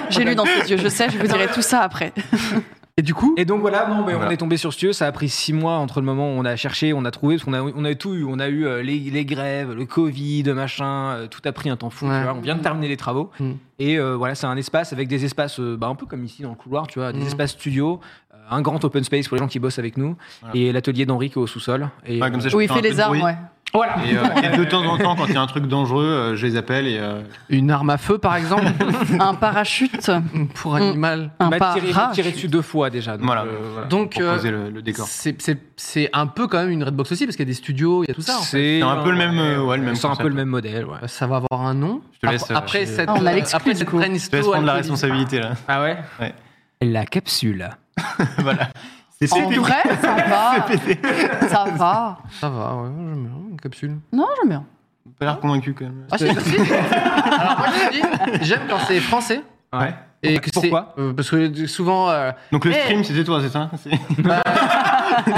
S3: J'ai lu dans ses yeux, je sais, je vous dirai tout ça après.
S5: Et du coup,
S4: Et donc voilà, non, mais on
S6: Voilà.
S4: est tombé sur ce lieu. Ça a pris six mois entre le moment où on a cherché, on a trouvé, parce qu'on a, on a eu tout eu. On a eu euh, les, les grèves, le Covid, machin, euh, tout a pris un temps fou. tu
S5: Ouais.
S4: vois. on vient de terminer les travaux.
S5: Mm.
S6: Mhm.
S4: Et euh, voilà, c'est un espace avec des espaces, euh, bah, un peu comme ici dans le couloir, tu vois, des
S6: Mhm.
S5: Mm.
S4: espaces studio, euh, un grand open space pour les gens qui bossent avec nous,
S6: Voilà.
S4: et l'atelier d'Henri qui est au sous-sol. Et
S6: Ouais, comme ça,
S4: euh,
S6: je
S3: Où il
S6: fais un
S3: fait
S6: peu
S3: les
S6: de
S3: armes,
S6: bruit.
S3: ouais.
S4: voilà.
S6: Et, euh,
S3: [laughs]
S6: et de temps en temps, quand il y a un truc dangereux, euh, je les appelle et. euh,
S5: une arme à feu, par
S4: [laughs]
S5: exemple,
S3: Un parachute,
S5: pour
S4: Mm.
S5: animal.
S3: un
S4: m'a tiré, m'a tiré
S3: parachute.
S4: dessus deux fois déjà. donc,
S6: voilà.
S4: euh, voilà.
S5: Donc,
S6: Pour
S5: euh,
S6: poser le, le décor.
S5: C'est- C'est c'est un peu quand même une Redbox aussi, parce qu'il y a des studios, il y a tout ça. en fait.
S4: C'est
S6: C'est un peu le même, euh, ouais, le même
S4: C'est un peu
S6: concept.
S4: le même modèle. ouais.
S5: Euh, Ça va avoir un nom.
S6: Je te laisse,
S5: Ap-
S6: euh,
S5: Après,
S6: je-
S5: cette,
S3: Ah, on a
S5: euh,
S3: l'exclu,
S5: après
S3: du
S5: cette
S3: coup.
S6: Je te laisse prendre la
S5: brainstorm-
S6: responsabilité là.
S4: Ah ouais.
S6: Ouais.
S4: La capsule.
S6: voilà. [laughs] C'est
S3: En vrai,
S6: [laughs]
S3: ça va. Ça va.
S5: Ça va, ouais, j'aime bien, une capsule.
S3: Non, j'aime bien.
S6: pas l'air convaincu quand même.
S5: Ah, si, si. [laughs] Alors, moi, je te dis, j'aime quand c'est français.
S6: Ouais.
S5: Et que c'est-
S4: Pourquoi
S5: euh, Parce que souvent, euh, [laughs]
S6: Donc le
S5: Eh.
S6: stream, c'était toi, c'est ça [laughs] C'est-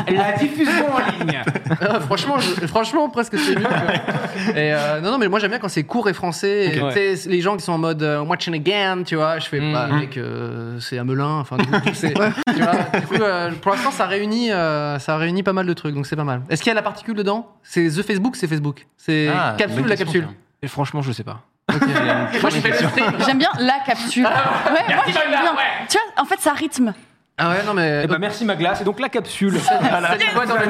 S4: La diffusion en ligne.
S5: euh, franchement, je- franchement, presque c'est mieux. que- Et, euh, non, non, mais moi j'aime bien quand c'est court et français. Et,
S4: Ok.
S5: tu sais, les gens qui sont en mode euh, watching again, tu vois, je fais
S4: Mm.
S5: bah, mec, euh, c'est à Melun. Enfin, du coup,
S3: [laughs]
S5: c'est- tu vois, du coup, euh, pour l'instant, ça réunit, euh, ça réunit pas mal de trucs, donc c'est pas mal. Est-ce qu'il y a la particule dedans C'est the Facebook, c'est Facebook. C'est
S6: Ah,
S5: capsule,
S6: bonne
S5: la
S6: question,
S5: capsule.
S4: Et franchement, je sais pas.
S5: Moi, je fais le stream.
S3: J'aime bien la capsule. Ouais, moi, j'aime bien. Tu vois, en fait, ça rythme.
S5: Ah ouais, non, mais.
S4: Eh ben, merci Magla, c'est donc la capsule.
S5: Cette fois dans le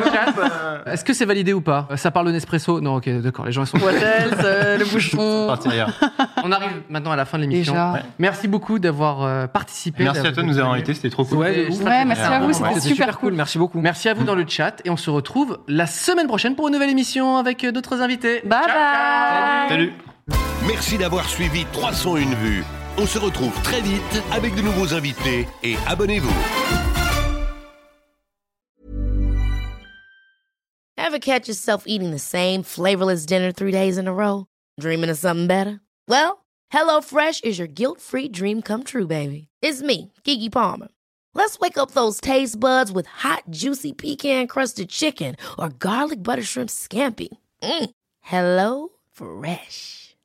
S5: chat,
S4: [laughs]
S5: euh, Est-ce que c'est validé ou pas Euh, Ça parle de Nespresso Non, ok, d'accord, les gens ils sont.
S3: What
S5: [laughs]
S3: else, euh, le
S5: Oh.
S6: ça.
S3: bouchon.
S6: Partir ailleurs.
S5: On arrive maintenant à la fin de l'émission.
S3: Déjà.
S5: Merci beaucoup d'avoir euh, participé.
S6: Merci à toi de nous avoir invités, c'était trop cool.
S4: Ouais, de ouf.
S3: Ouais, merci à vous,
S6: Ouais,
S3: c'était
S4: C'était
S3: super cool.
S4: Merci beaucoup.
S5: Merci à vous dans le chat et on se retrouve la semaine prochaine pour une nouvelle émission avec euh, d'autres invités.
S3: Bye
S5: Ciao, ciao.
S3: bye.
S6: Salut
S2: Merci d'avoir suivi 301 vues. On se retrouve très vite avec de nouveaux invités et abonnez-vous.
S8: Ever catch yourself eating the same flavorless dinner three days in a row? Dreaming of something better? Well, HelloFresh is your guilt free dream come true, baby. It's me, Kiki Palmer. Let's wake up those taste buds with hot, juicy pecan crusted chicken or garlic butter shrimp scampi. Mm. Hello Fresh.